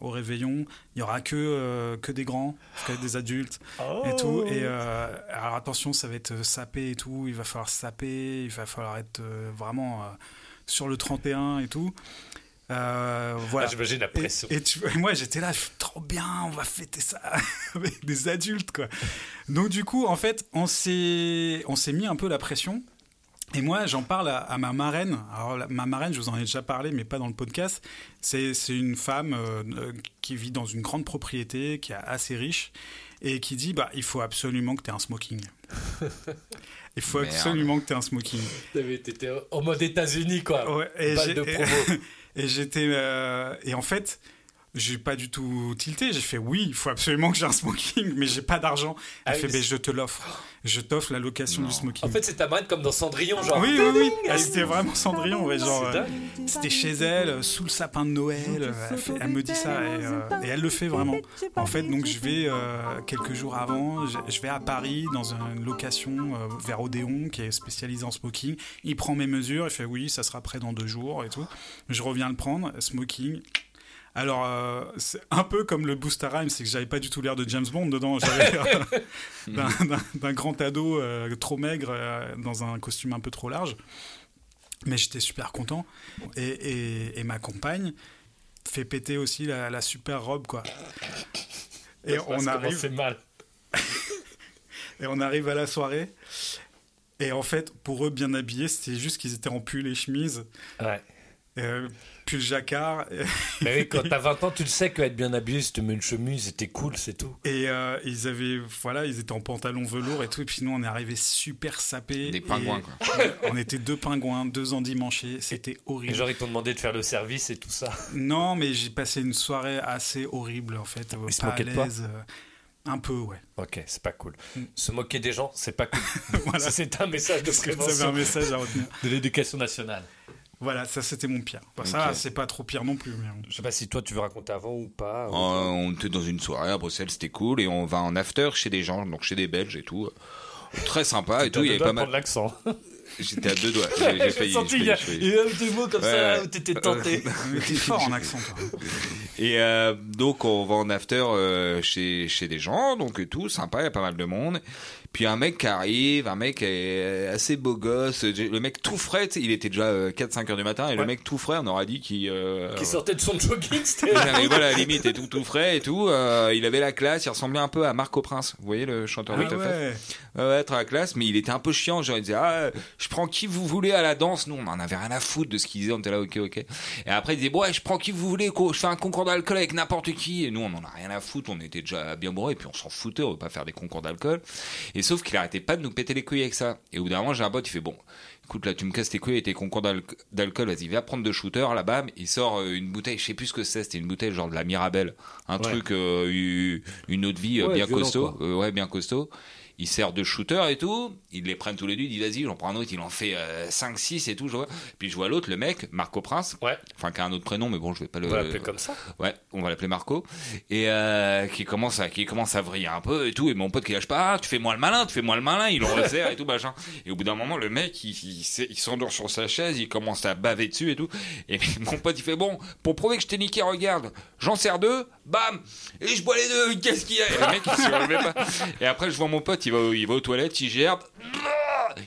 S4: au réveillon. Il n'y aura que, euh, que des grands, que des adultes et tout. Et euh, alors attention, ça va être euh, sapé et tout. Il va falloir saper, il va falloir être euh, vraiment euh, sur le 31 et tout. Euh,
S3: Ah,
S4: voilà.
S3: J'imagine la
S4: et,
S3: pression.
S4: et tu- et moi j'étais là, je suis trop bien, on va fêter ça avec des adultes quoi. Donc du coup en fait on s'est on s'est mis un peu la pression. Et moi j'en parle à, à ma marraine. Alors la- ma marraine je vous en ai déjà parlé mais pas dans le podcast. C'est c'est une femme euh, euh, qui vit dans une grande propriété, qui est assez riche et qui dit bah il faut absolument que tu aies un smoking. il faut
S5: Merde.
S4: absolument que tu aies un smoking.
S3: T'avais- T'étais en mode États-Unis, quoi.
S4: Ouais, et
S3: Balle
S4: j'ai-
S3: de promo.
S4: Et j'étais. euh, et en fait, J'ai pas du tout tilté. J'ai fait oui, il faut absolument que j'ai un smoking, mais j'ai pas d'argent. Elle
S3: Ah oui,
S4: fait
S3: mais
S4: ben,
S3: c'est-
S4: je te l'offre. Je t'offre la location du smoking.
S3: En fait, c'est ta manette comme dans Cendrillon, genre.
S4: Oui, oui, oui. Ah, c'était vraiment Cendrillon. ouais, genre,
S3: C'est
S4: euh,
S3: dingue.
S4: c'était chez elle, euh, sous le sapin de Noël. euh, Elle, fait- elle me dit ça et, euh, et elle le fait vraiment. En fait, donc je vais euh, quelques jours avant, je, je vais à Paris dans une location euh, vers Odéon qui est spécialisée en smoking. Il prend mes mesures, il fait oui, ça sera prêt dans deux jours et tout. Je reviens le prendre, smoking. Alors, euh, c'est un peu comme le Booster Rhyme, c'est que j'avais pas du tout l'air de James Bond dedans. J'avais l'air
S3: Mmh.
S4: d'un- d'un- d'un grand ado euh, trop maigre euh, dans un costume un peu trop large. Mais j'étais super content. Et, et- et ma compagne fait péter aussi la, la super robe, quoi. Et
S3: Ça se passe
S4: on
S3: comment
S4: arrive.
S3: C'est mal.
S4: Et on arrive à la soirée. Et en fait, pour eux, bien habillés, c'était juste qu'ils étaient en pull et chemise.
S3: Ouais.
S4: Euh, pull jacquard.
S3: Mais oui, quand t'as 20 ans, tu le sais qu'être bien habillé, si tu mets une chemise et t'es cool, c'est tout.
S4: Et euh, ils avaient, voilà, ils étaient en pantalon velours et tout. Et puis nous, on est arrivés super sapés.
S3: Des
S4: Et
S3: pingouins, quoi.
S4: on était deux pingouins, deux endimanchés. C'était
S3: Et
S4: horrible.
S3: genre, ils t'ont demandé de faire le service et tout ça.
S4: Non, mais j'ai passé une soirée assez horrible, en fait.
S3: Ils se
S4: pas à
S3: moquaient de toi
S4: l'aise. euh, Un peu, ouais.
S3: Ok, c'est pas cool.
S5: Mm.
S3: Se moquer des gens, c'est pas cool. Ça, C'est un message de
S4: Est-ce que vous
S3: prévention.
S4: avez un message à retenir
S3: De l'éducation nationale.
S4: Voilà, ça, c'était mon pire. Bah, Ça,
S3: Ok.
S4: c'est pas trop pire non plus. mais-
S3: Je sais pas si toi, tu veux raconter avant ou pas.
S5: Euh, on était dans une soirée à Bruxelles, c'était cool, et on va en after chez des gens, donc chez des Belges et tout. Très sympa Ah, et tout, il y avait pas mal.
S3: l'accent.
S5: J'étais à deux doigts. J'ai j'ai failli. j'ai failli, j'ai failli.
S3: un ou deux mots comme
S5: Ouais,
S3: ça
S5: ouais.
S3: où t'étais tenté.
S4: Mais t'es fort en accent, toi.
S5: Et euh, donc on va en after euh, chez, chez des gens, donc et tout, sympa, il y a pas mal de monde. Puis un mec qui arrive, un mec euh, assez beau gosse, le mec tout frais, tu sais, il était déjà euh, 4-5 heures du matin, et le mec tout frais, on aurait dit qu'il... euh,
S3: Qui sortait de son jogging, c'était.
S5: voilà, mais voilà, limite, et tout, tout frais et tout. euh, il avait la classe, il ressemblait un peu à Marco Prince. Vous voyez le chanteur
S4: Ah
S5: de Toph
S4: ouais.
S5: Ouais, ouais, très la classe, mais il était un peu chiant. Genre, il disait, ah, je prends qui vous voulez à la danse. Nous, on en avait rien à foutre de ce qu'il disait. On était là, ok, ok. Et après, il disait, bon, ouais, je prends qui vous voulez, quoi. Je fais un concours d'alcool avec n'importe qui. Et nous, on en a rien à foutre. On était déjà bien bourrés. Et puis, on s'en foutait. On veut pas faire des concours d'alcool. Et sauf qu'il arrêtait pas de nous péter les couilles avec ça. Et au bout d'un moment, j'ai un pote, il fait, bon, écoute, là, tu me casses tes couilles avec tes concours d'al- d'alcool. Vas-y, va prendre deux shooters. Là, bam, il sort euh, une bouteille. Je sais plus ce que c'est. C'était une bouteille, genre de la Mirabelle. Un
S12: Ouais.
S5: truc, euh, eu- une autre vie euh,
S12: Ouais,
S5: bien
S12: violent,
S5: costaud.
S12: quoi.
S5: Euh, ouais, bien costaud. Il sert de shooter et tout. Ils les prennent tous les deux. Il dit, vas-y, j'en prends un autre. Il en fait 5-6 et tout. Je vois. Puis je vois l'autre, le mec, Marco Prince. Enfin, qui a un autre prénom, mais bon, je vais pas le.
S3: On va l'appeler comme ça.
S5: Ouais, on va l'appeler Marco. Et euh, qui, commence à, qui commence à vriller un peu et tout. Et mon pote qui lâche pas, ah, tu fais moi le malin, tu fais moi le malin. Il le resserre et tout, machin. Et au bout d'un moment, le mec, il, il s'est- il s'endort sur sa chaise. Il commence à baver dessus et tout. Et mon pote, il fait, bon, pour prouver que je t'ai niqué, regarde, j'en sers deux, bam, et je bois les deux. Qu'est-ce qu'il y a Et le mec, il se relevait pas. Et après, je vois mon pote, il va, il va aux toilettes, il gerbe.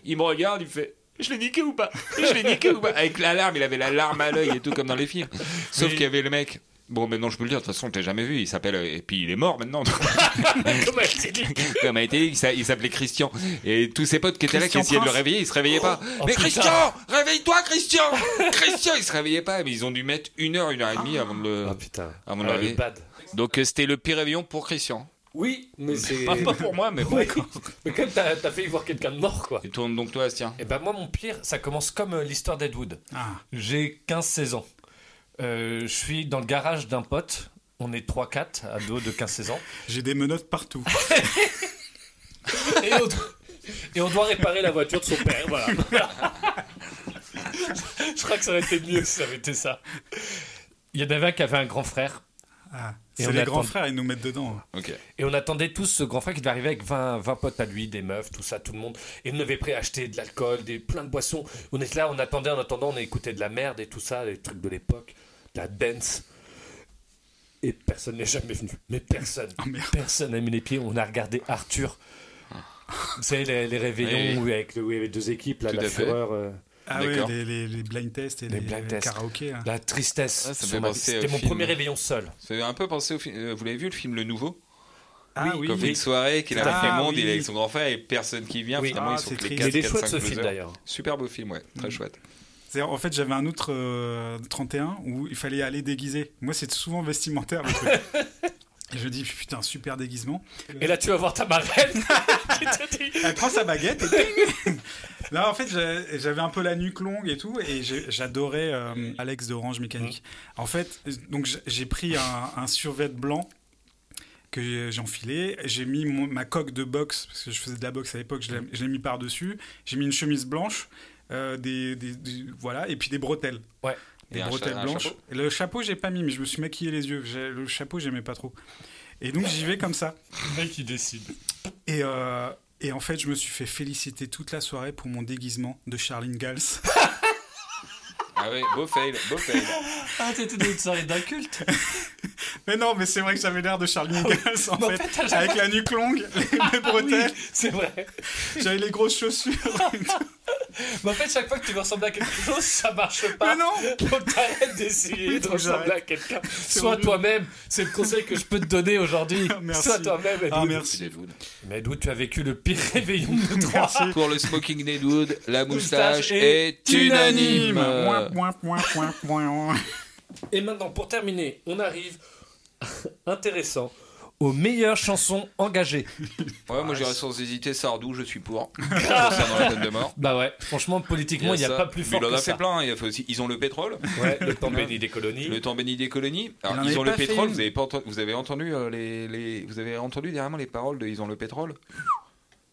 S5: Il me regarde, il fait. Je l'ai niqué ou pas Je l'ai niqué ou pas Avec l'alarme, il avait la larme à l'œil et tout, comme dans les films. Sauf qu'il y avait le mec. Bon, maintenant je peux le dire, de toute façon, t'as jamais vu. Il s'appelle. euh, Et puis il est mort maintenant.
S3: Comment elle s'est dit
S5: comme a été dit, il s'a- il s'appelait Christian. Et tous ses potes qui étaient là, qui
S12: Christian
S5: essayaient de le
S12: Prince.
S5: réveiller, ils se réveillaient pas.
S12: Oh, oh,
S5: mais
S12: putain.
S5: Christian Réveille-toi, Christian Christian Ils se réveillaient pas, mais ils ont dû mettre une heure, une heure et demie avant de le. Avant de
S3: Ah,
S5: le
S3: le
S5: réveiller.
S3: bad.
S5: Donc euh, c'était le pire réveillon pour Christian.
S3: Oui, mais c'est.
S5: Ah, Pas, pas pour moi, mais bon.
S3: Oui. Mais comme t'as t'as failli voir quelqu'un de mort, quoi.
S5: Et tourne donc toi, tiens.
S3: Et ben moi, mon pire, ça commence comme euh, l'histoire d'Edwood.
S4: Ah,
S3: J'ai 15-16 ans. Euh, je suis dans le garage d'un pote. On est 3-4, ados de 15-16 ans.
S4: J'ai des menottes partout.
S3: et, on, et on doit réparer la voiture de son père, voilà. je crois que ça aurait été mieux si ça avait été ça. Il y en avait un qui avait un grand frère.
S4: Ah,
S3: Et
S4: c'est
S3: on
S4: les
S3: attend-
S4: grands frères, ils nous mettent dedans.
S5: Ok.
S3: Et on attendait tous ce grand frère qui devait arriver avec 20, 20 potes à lui, des meufs, tout ça, tout le monde. Et on avait préacheté de l'alcool, des plein de boissons. On était là, on attendait, en attendant, on écoutait de la merde et tout ça, des trucs de l'époque, de la dance. Et personne n'est jamais venu. Mais personne.
S4: Ah,
S3: personne n'a mis les pieds. On a regardé Arthur. Vous savez, les, les réveillons
S12: Oui,
S3: où, avec le- où il y avait deux équipes, là,
S12: Tout
S3: la
S12: à fait.
S3: fureur. euh,
S4: Ah oui, les, les- les blind tests et les,
S3: blind tests.
S4: karaokés. hein. là.
S3: La tristesse.
S5: Ouais, Ah, ça me
S3: sur
S5: fait
S3: ma vie.
S5: penser au
S3: C'était mon
S5: film.
S3: premier réveillon seul.
S5: Ça fait un peu penser au film. euh, Vous l'avez vu le film Le Nouveau
S4: Ah oui.
S5: Quand il fait une soirée qu'il a
S4: Ah
S5: fait le monde, il est
S4: oui.
S5: avec son grand frère et personne qui vient.
S4: Oui.
S5: Finalement,
S4: Ah,
S5: ils sont
S4: c'est
S5: que les
S4: triste.
S5: 4,
S4: Il est chouette,
S5: 5,
S4: ce film, d'ailleurs.
S5: Super beau film, ouais, très chouette.
S4: C'est-à-dire, En fait, j'avais un autre euh, 31 où il fallait aller déguisé. Moi, c'est souvent vestimentaire. le truc. Et je dis, putain, super déguisement.
S3: Et là, tu vas voir ta marraine.
S4: Elle prend sa baguette et ding Là, en fait, j'ai- j'avais un peu la nuque longue et tout, et j'ai- j'adorais euh, Alex d'Orange Mécanique.
S5: Mmh.
S4: En fait, donc j'- j'ai pris un, un survêt blanc que j'ai- j'ai enfilé, j'ai mis mon- ma coque de boxe, parce que je faisais de la boxe à l'époque, je l'ai-
S5: Mmh.
S4: je l'ai mis par-dessus, j'ai mis une chemise blanche, euh, des, des- des- voilà, et puis des bretelles.
S3: Ouais.
S4: Des
S5: Et un
S4: bretelles
S5: cha- un
S4: blanches.
S5: chapeau
S4: Et le chapeau, j'ai pas mis, mais je me suis maquillé les yeux. J'ai- Le chapeau, j'aimais pas trop. Et donc, j'y vais comme ça.
S3: Le mec, il décide.
S4: Et, euh, et en fait, je me suis fait féliciter toute la soirée pour mon déguisement de Charline Gals.
S5: Ah oui, beau fail, beau fail.
S13: Ah, t'étais dans une soirée d'inculte
S4: mais non, mais c'est vrai que j'avais l'air de Charline
S5: Ah
S4: Gals, en
S13: Mais en
S4: fait,
S13: fait, t'as jamais-
S4: avec la nuque longue, les bretelles.
S3: c'est vrai.
S4: J'avais les grosses chaussures.
S3: Mais en fait, chaque fois que tu veux ressembler à quelque chose, ça marche pas.
S4: Mais non
S5: Ah,
S3: Donc t'arrêtes d'essayer
S4: Oui,
S3: de
S4: faut que
S3: ressembler à
S4: j'arrête.
S3: quelqu'un.
S4: C'est
S3: Sois
S4: horrible.
S3: toi-même. C'est le conseil que je peux te donner aujourd'hui.
S4: Merci.
S3: Sois toi-même, Edwood.
S4: Ah, merci.
S3: Mais Edwood, tu as vécu le pire réveillon de trois.
S5: Pour le smoking d'Edwood, la moustache
S3: Moustache est
S5: est unanime.
S4: Mouin, mouin, mouin, mouin, mouin.
S3: Et maintenant, pour terminer, on arrive, intéressant, aux meilleures chansons engagées.
S5: Ouais, moi j'irais sans hésiter, Sardou, je suis pour. Concernant la peine de mort.
S3: Bah ouais, franchement, politiquement, il n'y a,
S5: ça.
S3: pas plus
S5: Mais
S3: fort
S5: Il en
S3: que
S5: a fait
S3: ça.
S5: plein. Il a fait aussi. Ils ont le pétrole.
S3: Ouais, le temps béni des colonies.
S5: Le temps béni des colonies. Alors,
S3: Il en
S5: ils
S3: avait
S5: ont le
S3: pas fait
S5: pétrole.
S3: une.
S5: Vous avez, pas enten- vous avez entendu euh, les, les- Vous avez entendu dernièrement les paroles de Ils ont le pétrole.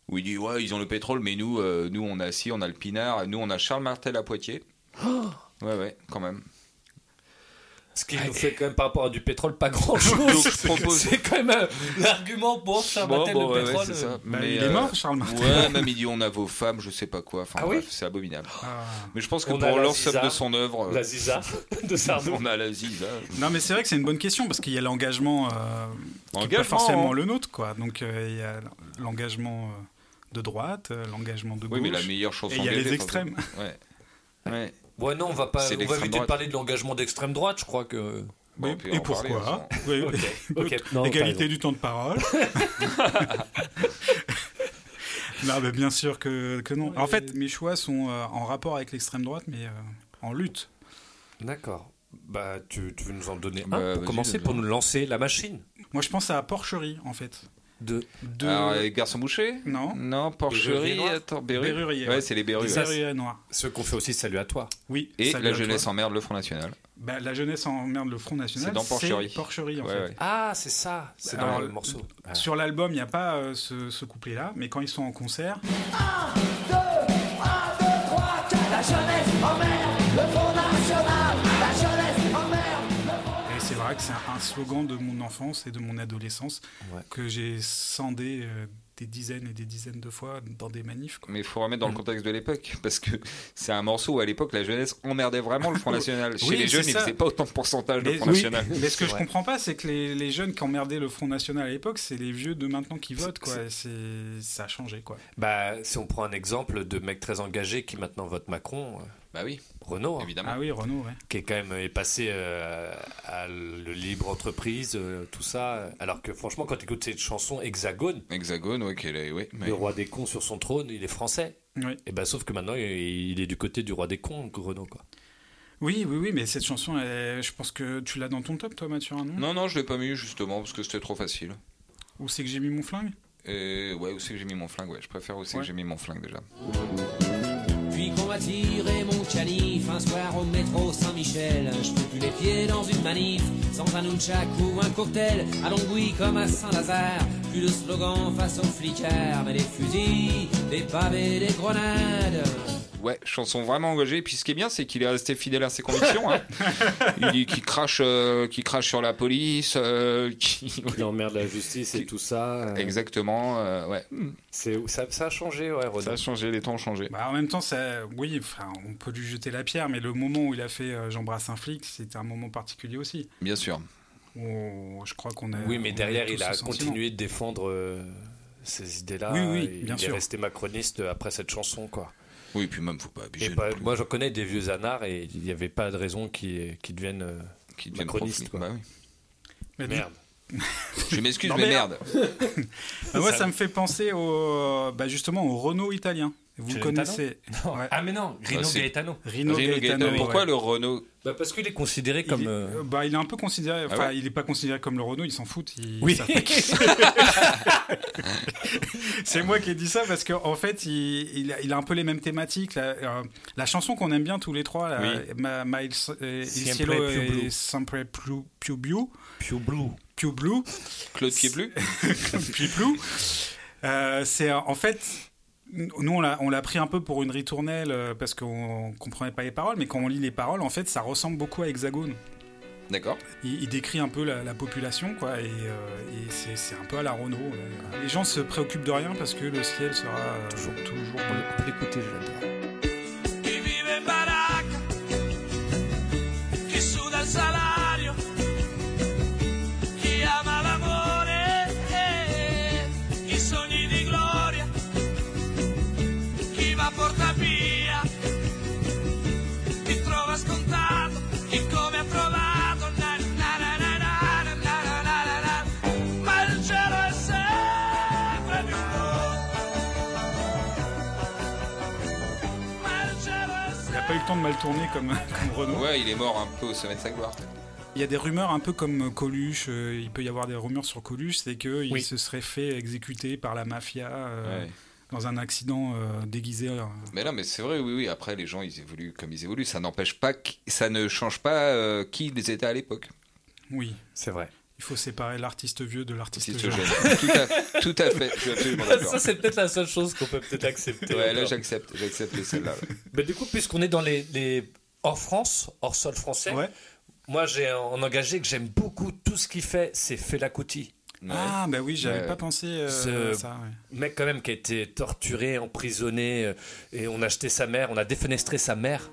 S5: Où il dit ouais, ils ont le pétrole, mais nous, euh, nous on a si, on a le pinard, nous on a Charles Martel à Poitiers. Ouais, ouais, quand même.
S3: Ce qui nous fait quand même par rapport à du pétrole, pas grand chose.
S5: Donc, je propose-
S3: C'est quand même euh, l'argument pour faire
S5: Bon,
S3: battre
S5: bon, ouais,
S3: le pétrole.
S5: ouais,
S3: euh,
S5: c'est ça.
S4: Bah,
S5: Mais, euh,
S4: il est mort, Charles Martel.
S5: Ouais, même il dit on a vos femmes, je sais pas quoi. Enfin,
S3: Ah oui
S5: bref, c'est abominable.
S4: Ah.
S5: Mais je pense que
S3: On a
S5: pour
S3: la
S5: l'ensemble
S3: Ziza,
S5: de son œuvre, euh,
S3: la Ziza de Sardou.
S5: on a la Ziza.
S4: Non, mais c'est vrai que c'est une bonne question parce qu'il y a l'engagement euh, qui n'est
S5: Engagement,
S4: pas forcément
S5: hein.
S4: le nôtre, quoi. Donc euh, il y a l'engagement euh, de droite, euh, l'engagement de gauche.
S5: Oui, mais la meilleure chanson.
S4: Et il y a
S5: engagée,
S4: les extrêmes.
S5: forcément. Ouais. Ouais.
S3: Ouais, non, on va pas.
S5: C'est
S3: On va
S5: l'extrême
S3: éviter de
S5: droite.
S3: parler de l'engagement d'extrême droite, je crois que.
S5: Bon,
S4: Mais-
S5: puis on
S4: et
S5: va en parler, hein,
S4: pourquoi
S5: on
S4: Oui,
S3: Ok,
S4: oui.
S3: ok. Non, t'as
S4: Égalité
S3: raison.
S4: du temps de parole. non, mais bien sûr que, que non. En fait, mes choix sont euh, en rapport avec l'extrême droite, mais euh, en lutte.
S3: D'accord. Bah, tu, tu veux nous en donner
S5: Bah,
S3: un pour
S5: vas-y,
S3: commencer,
S5: vas-y.
S3: pour nous lancer la machine
S4: Moi, je pense à Porcherie, en fait.
S3: de.
S4: De...
S5: Alors, les garçons bouchés
S4: Non,
S5: Non,
S3: Berrurier
S5: porcherie,
S3: noir
S5: attends, Berru-
S4: Berrurier,
S5: Ouais,
S4: ouais.
S5: c'est les Berru.
S4: les
S5: ouais.
S4: Berruriers noirs.
S3: Ce qu'on fait aussi, salut à toi.
S4: Oui.
S5: Et
S4: salut
S5: la
S4: à toi.
S5: jeunesse emmerde le Front National.
S4: Bah, la jeunesse emmerde le Front National.
S5: C'est dans Porcherie.
S4: Porcherie, en
S5: Ouais,
S4: fait.
S5: ouais.
S3: Ah, c'est ça. C'est dans
S4: Alors,
S3: le morceau. Ah.
S4: Sur l'album, il n'y a pas euh, ce, ce couplet-là, mais quand ils sont en concert,
S9: La jeunesse emmerde le Front National. La jeunesse emmerde.
S4: et c'est vrai que c'est un slogan de mon enfance et de mon adolescence
S3: Ouais.
S4: que j'ai scandé euh, des dizaines et des dizaines de fois dans des manifs. quoi.
S5: Mais il faut remettre dans le contexte de l'époque, parce que c'est un morceau où à l'époque la jeunesse emmerdait vraiment le Front National. Chez
S4: Oui,
S5: les
S4: c'est
S5: jeunes, ils
S4: ça.
S5: faisaient pas autant de pourcentage de
S4: Mais,
S5: Front
S4: oui,
S5: National.
S4: mais ce que je
S3: Ouais.
S4: comprends pas, c'est que les, les jeunes qui emmerdaient le Front National à l'époque, c'est les vieux de maintenant qui votent, quoi. Et C'est ça a changé, quoi.
S3: Bah, si on prend un exemple de mec très engagé qui maintenant vote Macron, euh,
S5: Bah oui,
S3: Renault, hein,
S5: évidemment.
S4: Ah oui, Renaud, ouais.
S3: qui est quand même est passé euh, à le libre entreprise, euh, tout ça. Alors que franchement, quand tu écoutes cette chanson Hexagone,
S5: Hexagone, ouais, qu'elle est- ouais, mais-
S3: le roi des cons sur son trône, il est français.
S4: Oui.
S3: Et bah, sauf que maintenant, il est du côté du roi des cons, Renault, quoi.
S4: oui, oui, oui, mais cette chanson, elle- je pense que tu l'as dans ton top, toi, Mathieu, non,
S5: Non, non, je l'ai pas mis justement parce que c'était trop facile.
S4: Où c'est que j'ai mis mon flingue
S5: Et ouais, où c'est que j'ai mis mon flingue Ouais, je préfère où c'est
S4: Ouais.
S5: que j'ai mis mon flingue déjà.
S13: Puis qu'on m'a tiré mon canif un soir au métro Saint-Michel. Je peux plus les pieds dans une manif, sans un nunchak ou un cocktail, à Longwy comme à Saint-Lazare. Plus de slogan face aux flicards, mais des fusils, des pavés, des grenades.
S5: Ouais, chanson vraiment engagée. Et puis ce qui est bien, c'est qu'il est resté fidèle à ses convictions. hein. Il dit qu'il crache, euh, qu'il crache sur la police. euh, qu'il-
S3: Il emmerde la justice et tout ça.
S5: Exactement, euh, ouais.
S3: C'est ça, ça a changé, ouais, Renaud.
S5: Ça a changé, les temps ont changé.
S4: Bah, en même temps, ça, oui, enfin, on peut lui jeter la pierre, mais le moment où il a fait euh, J'embrasse un flic, c'était un moment particulier aussi.
S5: Bien sûr.
S4: Où je crois qu'on a.
S3: Oui, mais
S4: on
S3: derrière,
S4: tous
S3: il a
S4: ce sentiment.
S3: continué de défendre euh, ces idées-là.
S4: Oui, oui,
S3: Il-
S4: bien
S3: il est
S4: sûr.
S3: resté macroniste euh, après cette chanson, quoi.
S5: Oui, puis même, faut pas
S3: Et
S5: abuser. non
S3: pas-
S5: plus.
S3: moi, je connais des vieux anards et il n'y avait pas de raison qu'ils qu'ils deviennent euh,
S5: Qui devienne
S3: macroniste,
S5: profi-
S3: quoi.
S5: Bah oui.
S4: Mais du-
S3: merde.
S5: Je m'excuse,
S4: Non,
S5: mais
S4: merde.
S5: merde.
S4: Ah, moi, ça me fait penser au, bah, justement au Renault italien. Vous le connaissez
S3: Non.
S4: Ouais.
S3: Ah mais non, Rino
S4: Ah, c'est-
S3: Gaetano.
S4: Rino Rino Gaetano, Gaetano, pourquoi ouais. le
S5: Renault
S3: bah Parce qu'il est considéré comme...
S4: Il est,
S3: euh,
S4: euh, bah, il est un peu considéré. Enfin,
S3: Ah ouais
S4: il n'est pas considéré comme le Renault, ils s'en foutent. ils
S3: Oui.
S4: savent pas qui c'est. c'est moi qui ai dit ça parce qu'en en fait, il, il a, il a un peu les mêmes thématiques. La, euh, la chanson qu'on aime bien tous les trois, là,
S3: Oui.
S4: Ma- Miles, euh, Il
S3: Siempre
S4: Cielo
S3: Più Blu.
S4: et Sempre Più Più Blu.
S3: Più Blue.
S4: Più Blue.
S5: Claude Piéblu
S4: Più Blu. Euh, c'est euh, en fait. Nous, on l'a- on l'a pris un peu pour une ritournelle euh, parce qu'on comprenait pas les paroles, mais quand on lit les paroles, en fait, ça ressemble beaucoup à Hexagone.
S5: D'accord.
S4: Il, il décrit un peu la, la population, quoi, et, euh, et c'est, c'est un peu à la Renault. là. Les gens se préoccupent de rien parce que le ciel sera euh, toujours, toujours pour l'écouter,
S9: Chi vive in baracca, chi suda il salario, chi ama eh, l'amore, chi sogni di gloria, chi va porta via, chi trova scontato, chi come ha trovato, na, na, na, na, na, na, na, na, na, na. ma il cielo è sempre più blu. Ma il cielo è
S4: Il n'a pas eu le temps de mal tourner comme, comme Renault.
S5: Ouais, il est mort un peu au sommet de sa gloire.
S4: Il y a des rumeurs un peu comme Coluche, euh, il peut y avoir des rumeurs sur Coluche, c'est qu'il
S5: Oui.
S4: se serait fait exécuter par la mafia euh,
S5: Ouais.
S4: dans un accident euh, déguisé. euh,
S5: Mais non, mais c'est vrai, oui, oui. Après, les gens, ils évoluent comme ils évoluent. Ça n'empêche pas, qui- ça ne change pas euh, qui ils étaient à l'époque.
S4: oui.
S3: C'est vrai.
S4: Il faut séparer l'artiste vieux de l'artiste
S5: Artiste
S4: jeune.
S5: jeune. tout, à, tout à fait. Je suis absolument d'accord.
S3: Ça c'est peut-être la seule chose qu'on peut peut-être accepter.
S5: Ouais, là,
S3: encore.
S5: j'accepte. J'accepte celle-là.
S3: Mais du coup, puisqu'on est dans les, les- hors France, hors sol français, moi j'ai un engagé que j'aime beaucoup tout ce qu'il fait, c'est Fela Kuti.
S4: Ah, bah oui, j'avais pas pensé euh,
S3: Ce
S4: à ça. ouais.
S3: mec quand même qui a été torturé, emprisonné, euh, et on a acheté sa mère, on a défenestré sa mère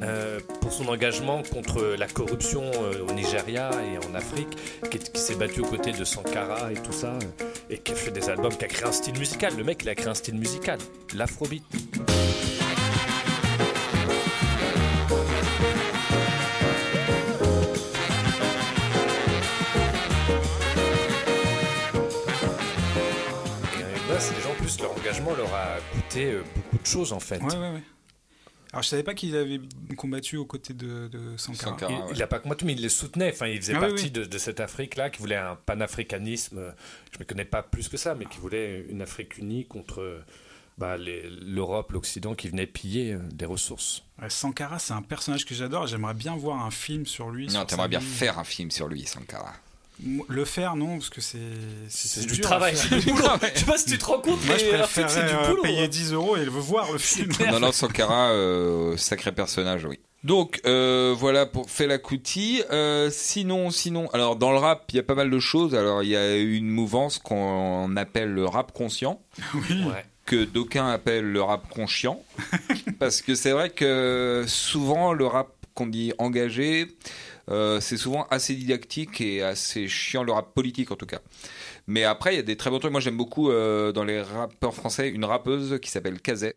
S3: euh, pour son engagement contre la corruption euh, au Nigeria et en Afrique, qui, est- qui s'est battu aux côtés de Sankara et tout ça, euh, et qui a fait des albums, qui a créé un style musical. Le mec, il a créé un style musical, l'afrobeat. Et avec Nas, les bah, gens, en plus, leur engagement leur a coûté euh, beaucoup de choses en fait.
S4: Ouais, ouais, ouais. Alors, je savais pas qu'ils avaient combattu aux côtés de, de Sankara.
S5: Ah,
S3: il, il a pas combattu, mais il les soutenait. Enfin, il faisait
S4: Ah oui,
S3: partie
S4: oui.
S3: De, de cette Afrique-là qui voulait un panafricanisme. euh, Je ne connais pas plus que ça, mais qui voulait une Afrique unie contre euh, bah, les- l'Europe, l'Occident qui venait piller euh, des ressources.
S4: Ouais, Sankara, c'est un personnage que j'adore. J'aimerais bien voir un film sur lui.
S5: Non,
S4: sur
S5: t'aimerais
S4: sa
S5: bien
S4: vie.
S5: faire un film sur lui, Sankara.
S4: Mo- Le faire, non, parce que c'est.
S3: C'est du
S4: dur à
S3: travail,
S4: faire.
S3: c'est du boulot. Je sais pas si tu te rends compte,
S4: Moi,
S3: mais
S4: je
S3: un film,
S4: préférerais
S3: c'est du
S4: euh,
S3: boulot,
S4: payer
S3: hein.
S4: 10 euros et le voir le film.
S5: Non, non, Sankara, euh, sacré personnage, oui. Donc euh, voilà pour Fela Kuti. Euh, sinon, sinon, alors dans le rap, il y a pas mal de choses. Alors il y a une mouvance qu'on appelle le rap conscient, Hmm. que d'aucuns appellent le rap conscient, parce que c'est vrai que souvent le rap qu'on dit engagé, euh, c'est souvent assez didactique et assez chiant le rap politique en tout cas. Mais après, il y a des très bons trucs. Moi, j'aime beaucoup euh, dans les rappeurs français une rappeuse qui s'appelle Kazé.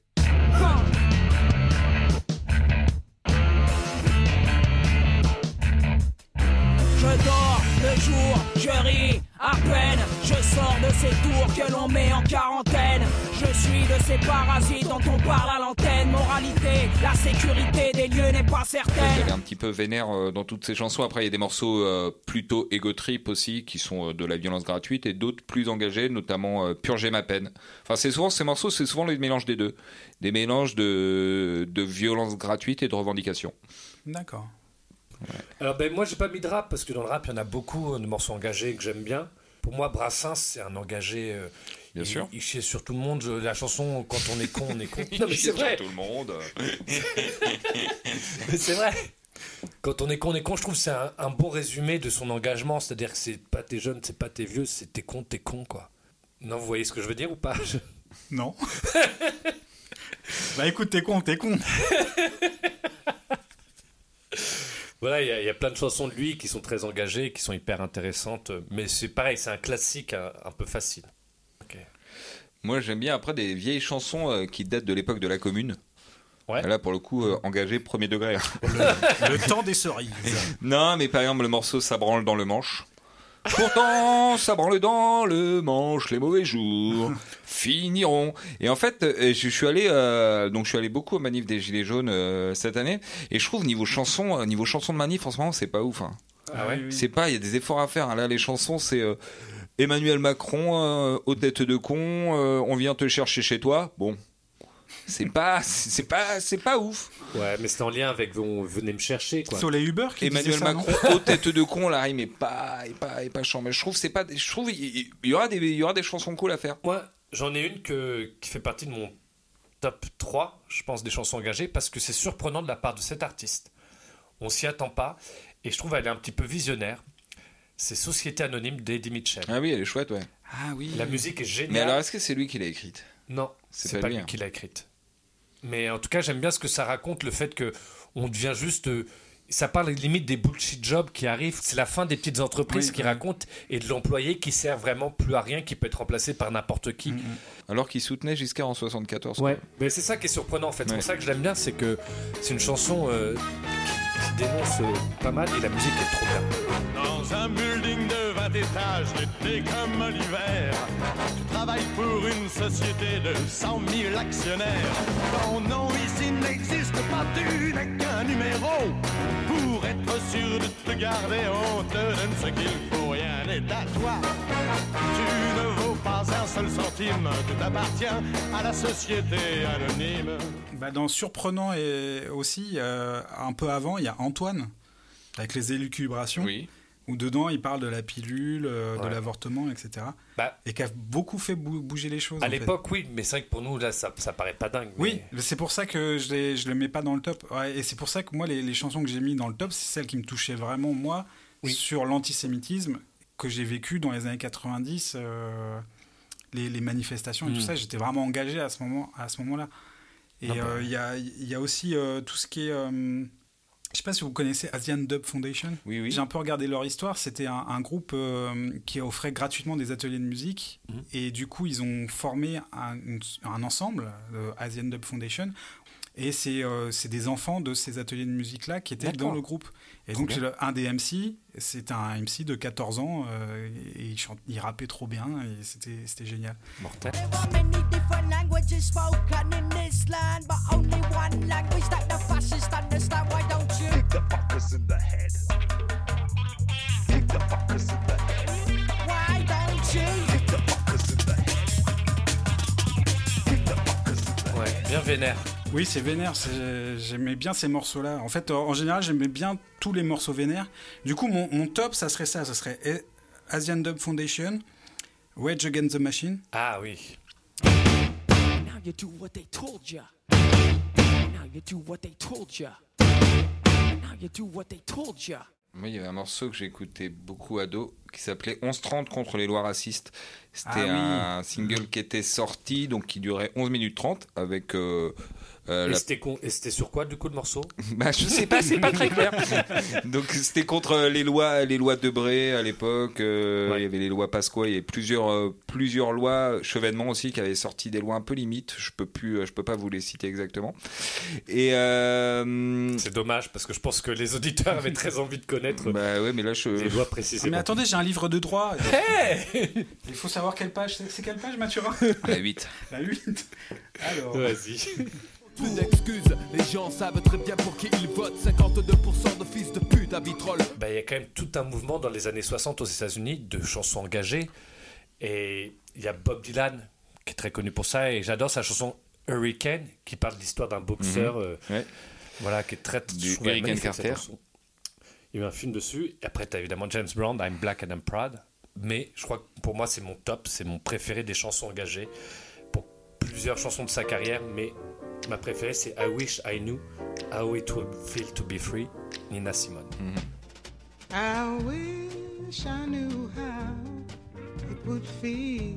S9: Je dors le jour, je ris à peine. Je sors de ces tours que l'on met en quarantaine. Je suis de ces parasites dont on parle à l'antenne. Moralité, la sécurité des lieux n'est pas certaine.
S5: Elle est un petit peu vénère euh, dans toutes ses chansons. Après, il y a des morceaux euh, plutôt égo trip aussi, qui sont euh, de la violence gratuite, et d'autres plus engagés, notamment euh, Purger ma peine. Enfin, c'est souvent ces morceaux, c'est souvent le mélange des deux. Des mélanges de, de violence gratuite et de revendication.
S4: D'accord.
S3: Alors ben moi j'ai pas mis de rap parce que dans le rap il y en a beaucoup euh, de morceaux engagés que j'aime bien. Pour moi Brassens c'est un engagé. euh,
S5: Bien
S3: il,
S5: sûr.
S3: Il chie sur tout le monde. euh, La chanson quand on est con on est con. Non mais
S5: Il
S3: c'est
S5: chie sur
S3: vrai.
S5: tout le monde.
S3: Mais c'est vrai. Quand on est con on est con. Je trouve que c'est un, un bon résumé de son engagement. C'est-à-dire que c'est pas t'es jeune, c'est pas t'es vieux, c'est t'es con, t'es con quoi. Non vous voyez ce que je veux dire ou pas Je-
S4: Non. bah écoute, t'es con, t'es con.
S3: Voilà, il y a- il y, a plein de chansons de lui qui sont très engagées, qui sont hyper intéressantes. Mais c'est pareil, c'est un classique un, un peu facile.
S5: Moi, j'aime bien après des vieilles chansons euh, qui datent de l'époque de la commune. Là, pour le coup, euh, engagé premier degré.
S4: Le temps des cerises.
S3: Ah
S5: non, mais par exemple, le morceau Ça branle dans le manche. Pourtant, ça branle dans le manche, les mauvais jours finiront. Et en fait, euh, je suis allé, euh, donc je suis allé beaucoup aux manifs des Gilets jaunes euh, cette année, et je trouve niveau chanson, euh, niveau chanson de manif en ce moment, c'est pas ouf. hein.
S3: Ah ouais
S5: C'est pas, il y a des efforts à faire. hein. Là, les chansons, c'est euh, Emmanuel Macron, euh, aux têtes de con, euh, on vient te chercher chez toi. Bon, c'est pas, c'est pas, c'est pas ouf.
S3: Ouais, mais c'est en lien avec on venez me chercher quoi.
S5: Sur les Uber
S3: qui
S5: Emmanuel
S3: disait ça, non
S5: Macron aux têtes de con, la rime est pas, est pas, est pas chiant. Mais je trouve, c'est pas, des- je trouve, il- il il y, aura des, il y aura des chansons cool à faire.
S3: Moi, j'en ai une que, qui fait partie de mon top 3, je pense, des chansons engagées, parce que c'est surprenant de la part de cet artiste. On s'y attend pas, et je trouve elle est un petit peu visionnaire. C'est Société Anonyme d'Eddie Mitchell.
S5: Ah oui, elle est chouette, ouais.
S4: Ah oui.
S3: La musique est géniale.
S5: Mais alors, est-ce que c'est lui qui l'a écrite
S3: Non,
S5: C'est
S3: c'est
S5: pas
S3: pas,
S5: lui,
S3: lui
S5: hein.
S3: qui l'a écrite. Mais en tout cas, j'aime bien ce que ça raconte, le fait que on devient juste. euh, ça parle limite des bullshit jobs qui arrivent. C'est la fin des petites entreprises
S5: Oui,
S3: qui
S5: ouais.
S3: racontent et de l'employé qui sert vraiment plus à rien, qui peut être remplacé par n'importe qui.
S5: Mm, Alors qu'il soutenait Giscard en 74.
S3: Ouais. Mais c'est ça qui est surprenant en fait. C'est
S5: Ouais.
S3: pour ça que je l'aime bien, c'est que c'est une chanson euh, qui dénonce euh, pas mal et la musique est trop bien.
S14: Dans un building de 20 étages, l'été comme l'hiver, tu travailles pour une société de 100 000 actionnaires. Ton nom ici n'existe pas, tu n'es qu'un numéro. Pour être sûr de te garder, on te donne ce qu'il faut, rien n'est à toi. Tu ne vaux pas un seul centime, tout appartient à la société anonyme.
S4: Bah, dans Surprenant et aussi, euh, un peu avant, il y a Antoine, avec les élucubrations, où dedans il parle de la pilule, euh, de
S3: Ouais.
S4: l'avortement, etc.
S3: Bah,
S4: et qui a beaucoup fait bou- bouger les choses.
S3: à
S4: en fait.
S3: l'époque, oui, mais c'est vrai que pour nous là, ça, ça paraît pas dingue.
S4: Oui, c'est pour ça que je ne je le mets pas dans le top. Ouais, et c'est pour ça que moi, les, les chansons que j'ai mis dans le top, c'est celles qui me touchaient vraiment, moi, sur l'antisémitisme que j'ai vécu dans les années 90, euh, les, les manifestations et tout
S3: Mm.
S4: ça. J'étais vraiment engagé à ce moment- à ce moment-là. et
S3: Ah bah.
S4: euh, il y, a, il y a aussi euh, tout ce qui est... euh, je sais pas si vous connaissez Asian Dub Foundation.
S5: Oui, oui.
S4: J'ai un peu regardé leur histoire. C'était un, un groupe euh, qui offrait gratuitement des ateliers de musique.
S5: Mhm.
S4: Et du coup, ils ont formé un, une- un ensemble, euh, Asian Dub Foundation. Et c'est euh, c'est des enfants de ces ateliers de musique-là qui étaient
S5: D'accord.
S4: dans le groupe. Et
S5: Trop
S4: donc,
S5: bien.
S4: le- un des MC, c'est un MC de 14 ans. euh, et il, chante- il rappait trop bien. Et c'était c'était génial.
S3: Mortel.
S15: many different languages spoken in this land, but only one language that the fascists understand. Why don't you? Kick the fuckers in the head. Kick the fuckers in the head. Why don't you? Kick the fuckers in the head.
S3: Ouais, euh, bien vénère.
S4: Oui, c'est vénère. c'est- J'aimais bien ces morceaux-là. En fait, en général, j'aimais bien tous les morceaux vénères. Du coup, mon, mon top, ça serait ça. Ça serait eh, Asian Dub Foundation, Wedge Against the Machine.
S3: Ah oui.
S9: Now you do what they told ya. Now you do what they told ya. Now you do what they told ya.
S5: Moi, il y avait un morceau que j'écoutais beaucoup ado qui s'appelait 11.30 contre les lois racistes. C'était
S7: Ah oui.
S5: un single qui était sorti, donc qui durait 11 minutes 30 avec. euh, euh,
S3: et
S5: la-
S3: c'était con- et c'était sur quoi du coup le morceau
S5: Bah, je sais pas, c'est pas très clair. Donc c'était contre les lois, les lois Debré à l'époque. euh, Il y avait les lois Pasqua, il y avait plusieurs, euh, plusieurs lois. Chevènement aussi qui avait sorti des lois un peu limites. Je peux plus, euh, je peux pas vous les citer exactement. Et euh,
S3: c'est dommage parce que je pense que les auditeurs avaient très envie de connaître.
S5: Bah ouais, mais là je
S3: les lois
S4: Ah,
S3: précisément.
S4: mais attendez, j'ai un livre de droit. Il faut savoir quelle page. C'est c'est quelle page, Mathurin
S5: La 8.
S4: La 8. Alors.
S16: Plus d'excuses, les gens savent très bien pour qui ils votent. 52% de fils de pute à vitrolles.
S3: Bah, il y a quand même tout un mouvement dans les années 60 aux États-Unis de chansons engagées. Et il y a Bob Dylan qui est très connu pour ça. Et j'adore sa chanson Hurricane qui parle de l'histoire d'un boxeur.
S5: Mhm.
S3: euh,
S5: Ouais.
S3: Voilà, qui est très. très-
S5: Du
S3: je trouvais
S5: Hurricane
S3: magnifique, cette
S5: Carter.
S3: chanson. Il y a eu un film dessus. Et après, tu as évidemment James Brown, I'm Black and I'm Proud. Mais je crois que pour moi, c'est mon top. C'est mon préféré des chansons engagées. Pour plusieurs chansons de sa carrière. Mais ma préférée, c'est I Wish I Knew How It Would Feel to Be Free, Nina Simone.
S5: Mhm.
S17: I wish I knew how it would feel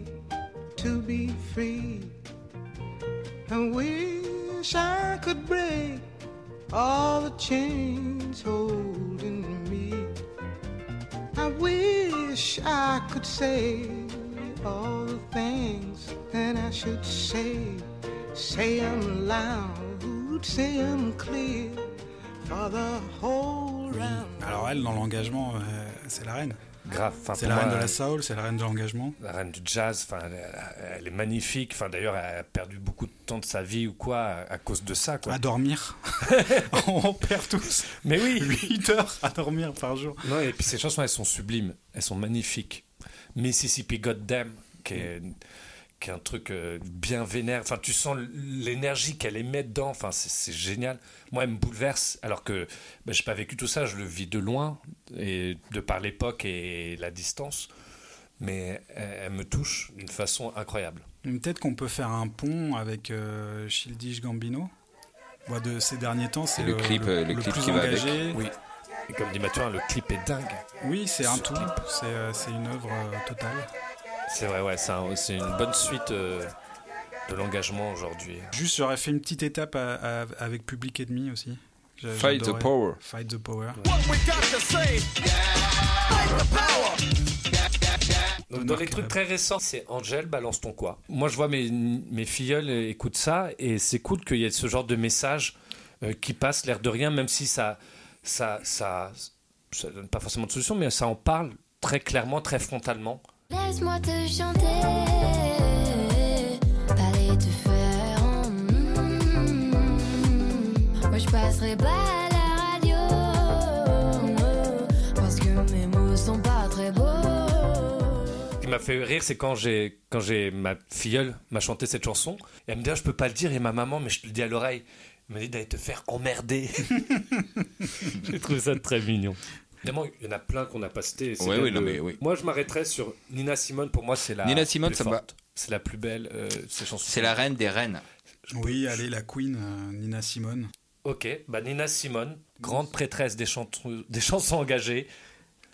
S17: to be free. I wish I could break all the chains holding me. I wish I could say all the things that I should say. Say 'em loud, say 'em clear for the whole round.
S4: Alors, elle, dans l'engagement, euh, c'est la reine.
S3: Grave. Enfin,
S4: C'est
S3: pour
S4: la reine
S3: moi,
S4: de la
S3: elle-
S4: soul, c'est la reine de l'engagement.
S3: la reine du jazz, enfin, elle, elle est magnifique. Enfin, d'ailleurs, elle a perdu beaucoup de temps de sa vie ou quoi à, à cause de ça. Quoi.
S4: À dormir. On perd tous.
S3: Mais oui.
S4: 8 heures à dormir par jour.
S3: Non, et puis ces chansons, elles sont sublimes, elles sont magnifiques. Mississippi Goddamn, qui est, qui est un truc euh, bien vénère. Enfin, tu sens l'énergie qu'elle émet dedans. Enfin, c'est- c'est génial. Moi, elle me bouleverse, alors que bah, j'ai pas vécu tout ça. Je le vis de loin, et de par l'époque et la distance. Mais elle, elle me touche d'une façon incroyable.
S4: Peut-être qu'on peut faire un pont avec euh, Childish Gambino. Moi, de ces derniers temps, c'est
S3: Et le clip, euh, le clip
S4: plus
S3: qui va avec.
S4: engagé.
S3: Oui. Et comme dit Mathurin, le clip est dingue.
S4: Oui, c'est un
S3: Ce
S4: tout.
S3: clip.
S4: C'est euh, c'est une œuvre euh, totale.
S3: C'est vrai, ouais, c'est un- c'est une bonne suite euh, de l'engagement aujourd'hui.
S4: Juste, j'aurais fait une petite étape à- à- avec Public Enemy aussi. J'a-
S3: Fight the
S4: j'adorais.
S3: power.
S4: Fight the power.
S14: What we got to say, fight the power.
S3: Donc, dans les trucs très récents, c'est Angèle, balance ton quoi. Moi, je vois mes, mes filleuls euh, écoutent ça et c'est cool qu'il y ait ce genre de message euh, qui passe l'air de rien, même si ça, ça, ça, ça donne pas forcément de solution, mais ça en parle très clairement, très frontalement.
S18: Laisse-moi te chanter, aller te faire en mm. Moi je passerai pas à la radio, parce que mes mots sont pas très beaux.
S3: Ce qui m'a fait rire, c'est quand j'ai, quand j'ai ma filleule m'a chanté cette chanson et elle me dit ah, je peux pas le dire et ma maman, mais je te le dis à l'oreille, elle m'a dit d'aller te faire emmerder. j'ai trouvé ça très mignon. Évidemment, il y en a plein qu'on n'a pas cité. c'est
S7: Ouais,
S3: bien
S7: oui, non,
S3: de-
S7: mais oui.
S3: Moi, je m'arrêterais sur Nina Simone. Pour moi, c'est la
S7: Nina Simone,
S3: plus
S7: ça me va.
S3: forte. C'est la plus belle. euh, ces chansons.
S7: C'est la reine des reines.
S4: Oui, allez, la queen, euh, Nina Simone.
S3: Ok, bah Nina Simone, grande prêtresse des, chanteuses- des chansons engagées.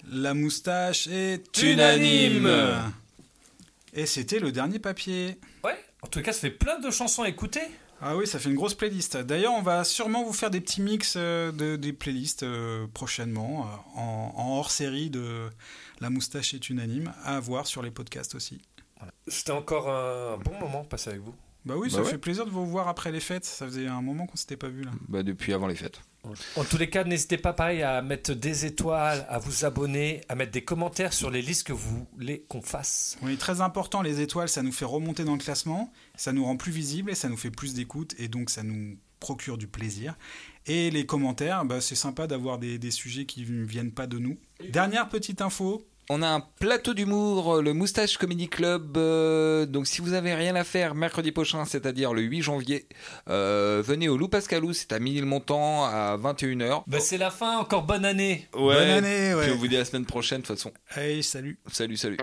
S4: La moustache est
S3: Unanime.
S4: Et c'était le dernier papier.
S3: Ouais, en tout cas, ça fait plein de chansons à écouter.
S4: Ah oui, ça fait une grosse playlist. D'ailleurs, on va sûrement vous faire des petits mix euh, de, des playlists euh, prochainement, euh, en, en hors-série de La moustache est unanime, à voir sur les podcasts aussi.
S3: C'était encore un bon moment passé avec vous.
S4: Bah oui,
S3: Bah
S4: ça
S3: ouais.
S4: fait plaisir de vous voir après les fêtes. Ça faisait un moment qu'on s'était pas vu là.
S7: Bah, depuis avant les fêtes.
S3: En tous les cas, n'hésitez pas pareil à mettre des étoiles, à vous abonner, à mettre des commentaires sur les listes que vous voulez qu'on fasse.
S4: Oui, très important, les étoiles, ça nous fait remonter dans le classement, ça nous rend plus visibles et ça nous fait plus d'écoute et donc ça nous procure du plaisir. Et les commentaires, bah, c'est sympa d'avoir des, des sujets qui ne viennent pas de nous. Dernière petite info.
S7: On a un plateau d'humour, euh, le Moustache Comedy Club. euh, donc, si vous avez rien à faire mercredi prochain, c'est-à-dire le 8 janvier, euh, venez au Loup Pascalou, c'est à Minilmontant à 21h.
S5: Oh.
S3: Bah, c'est la fin, encore bonne année.
S7: Ouais.
S4: Bonne année, ouais.
S7: Puis on vous dit à la semaine prochaine, de toute façon.
S4: Hey, salut.
S7: Salut, salut.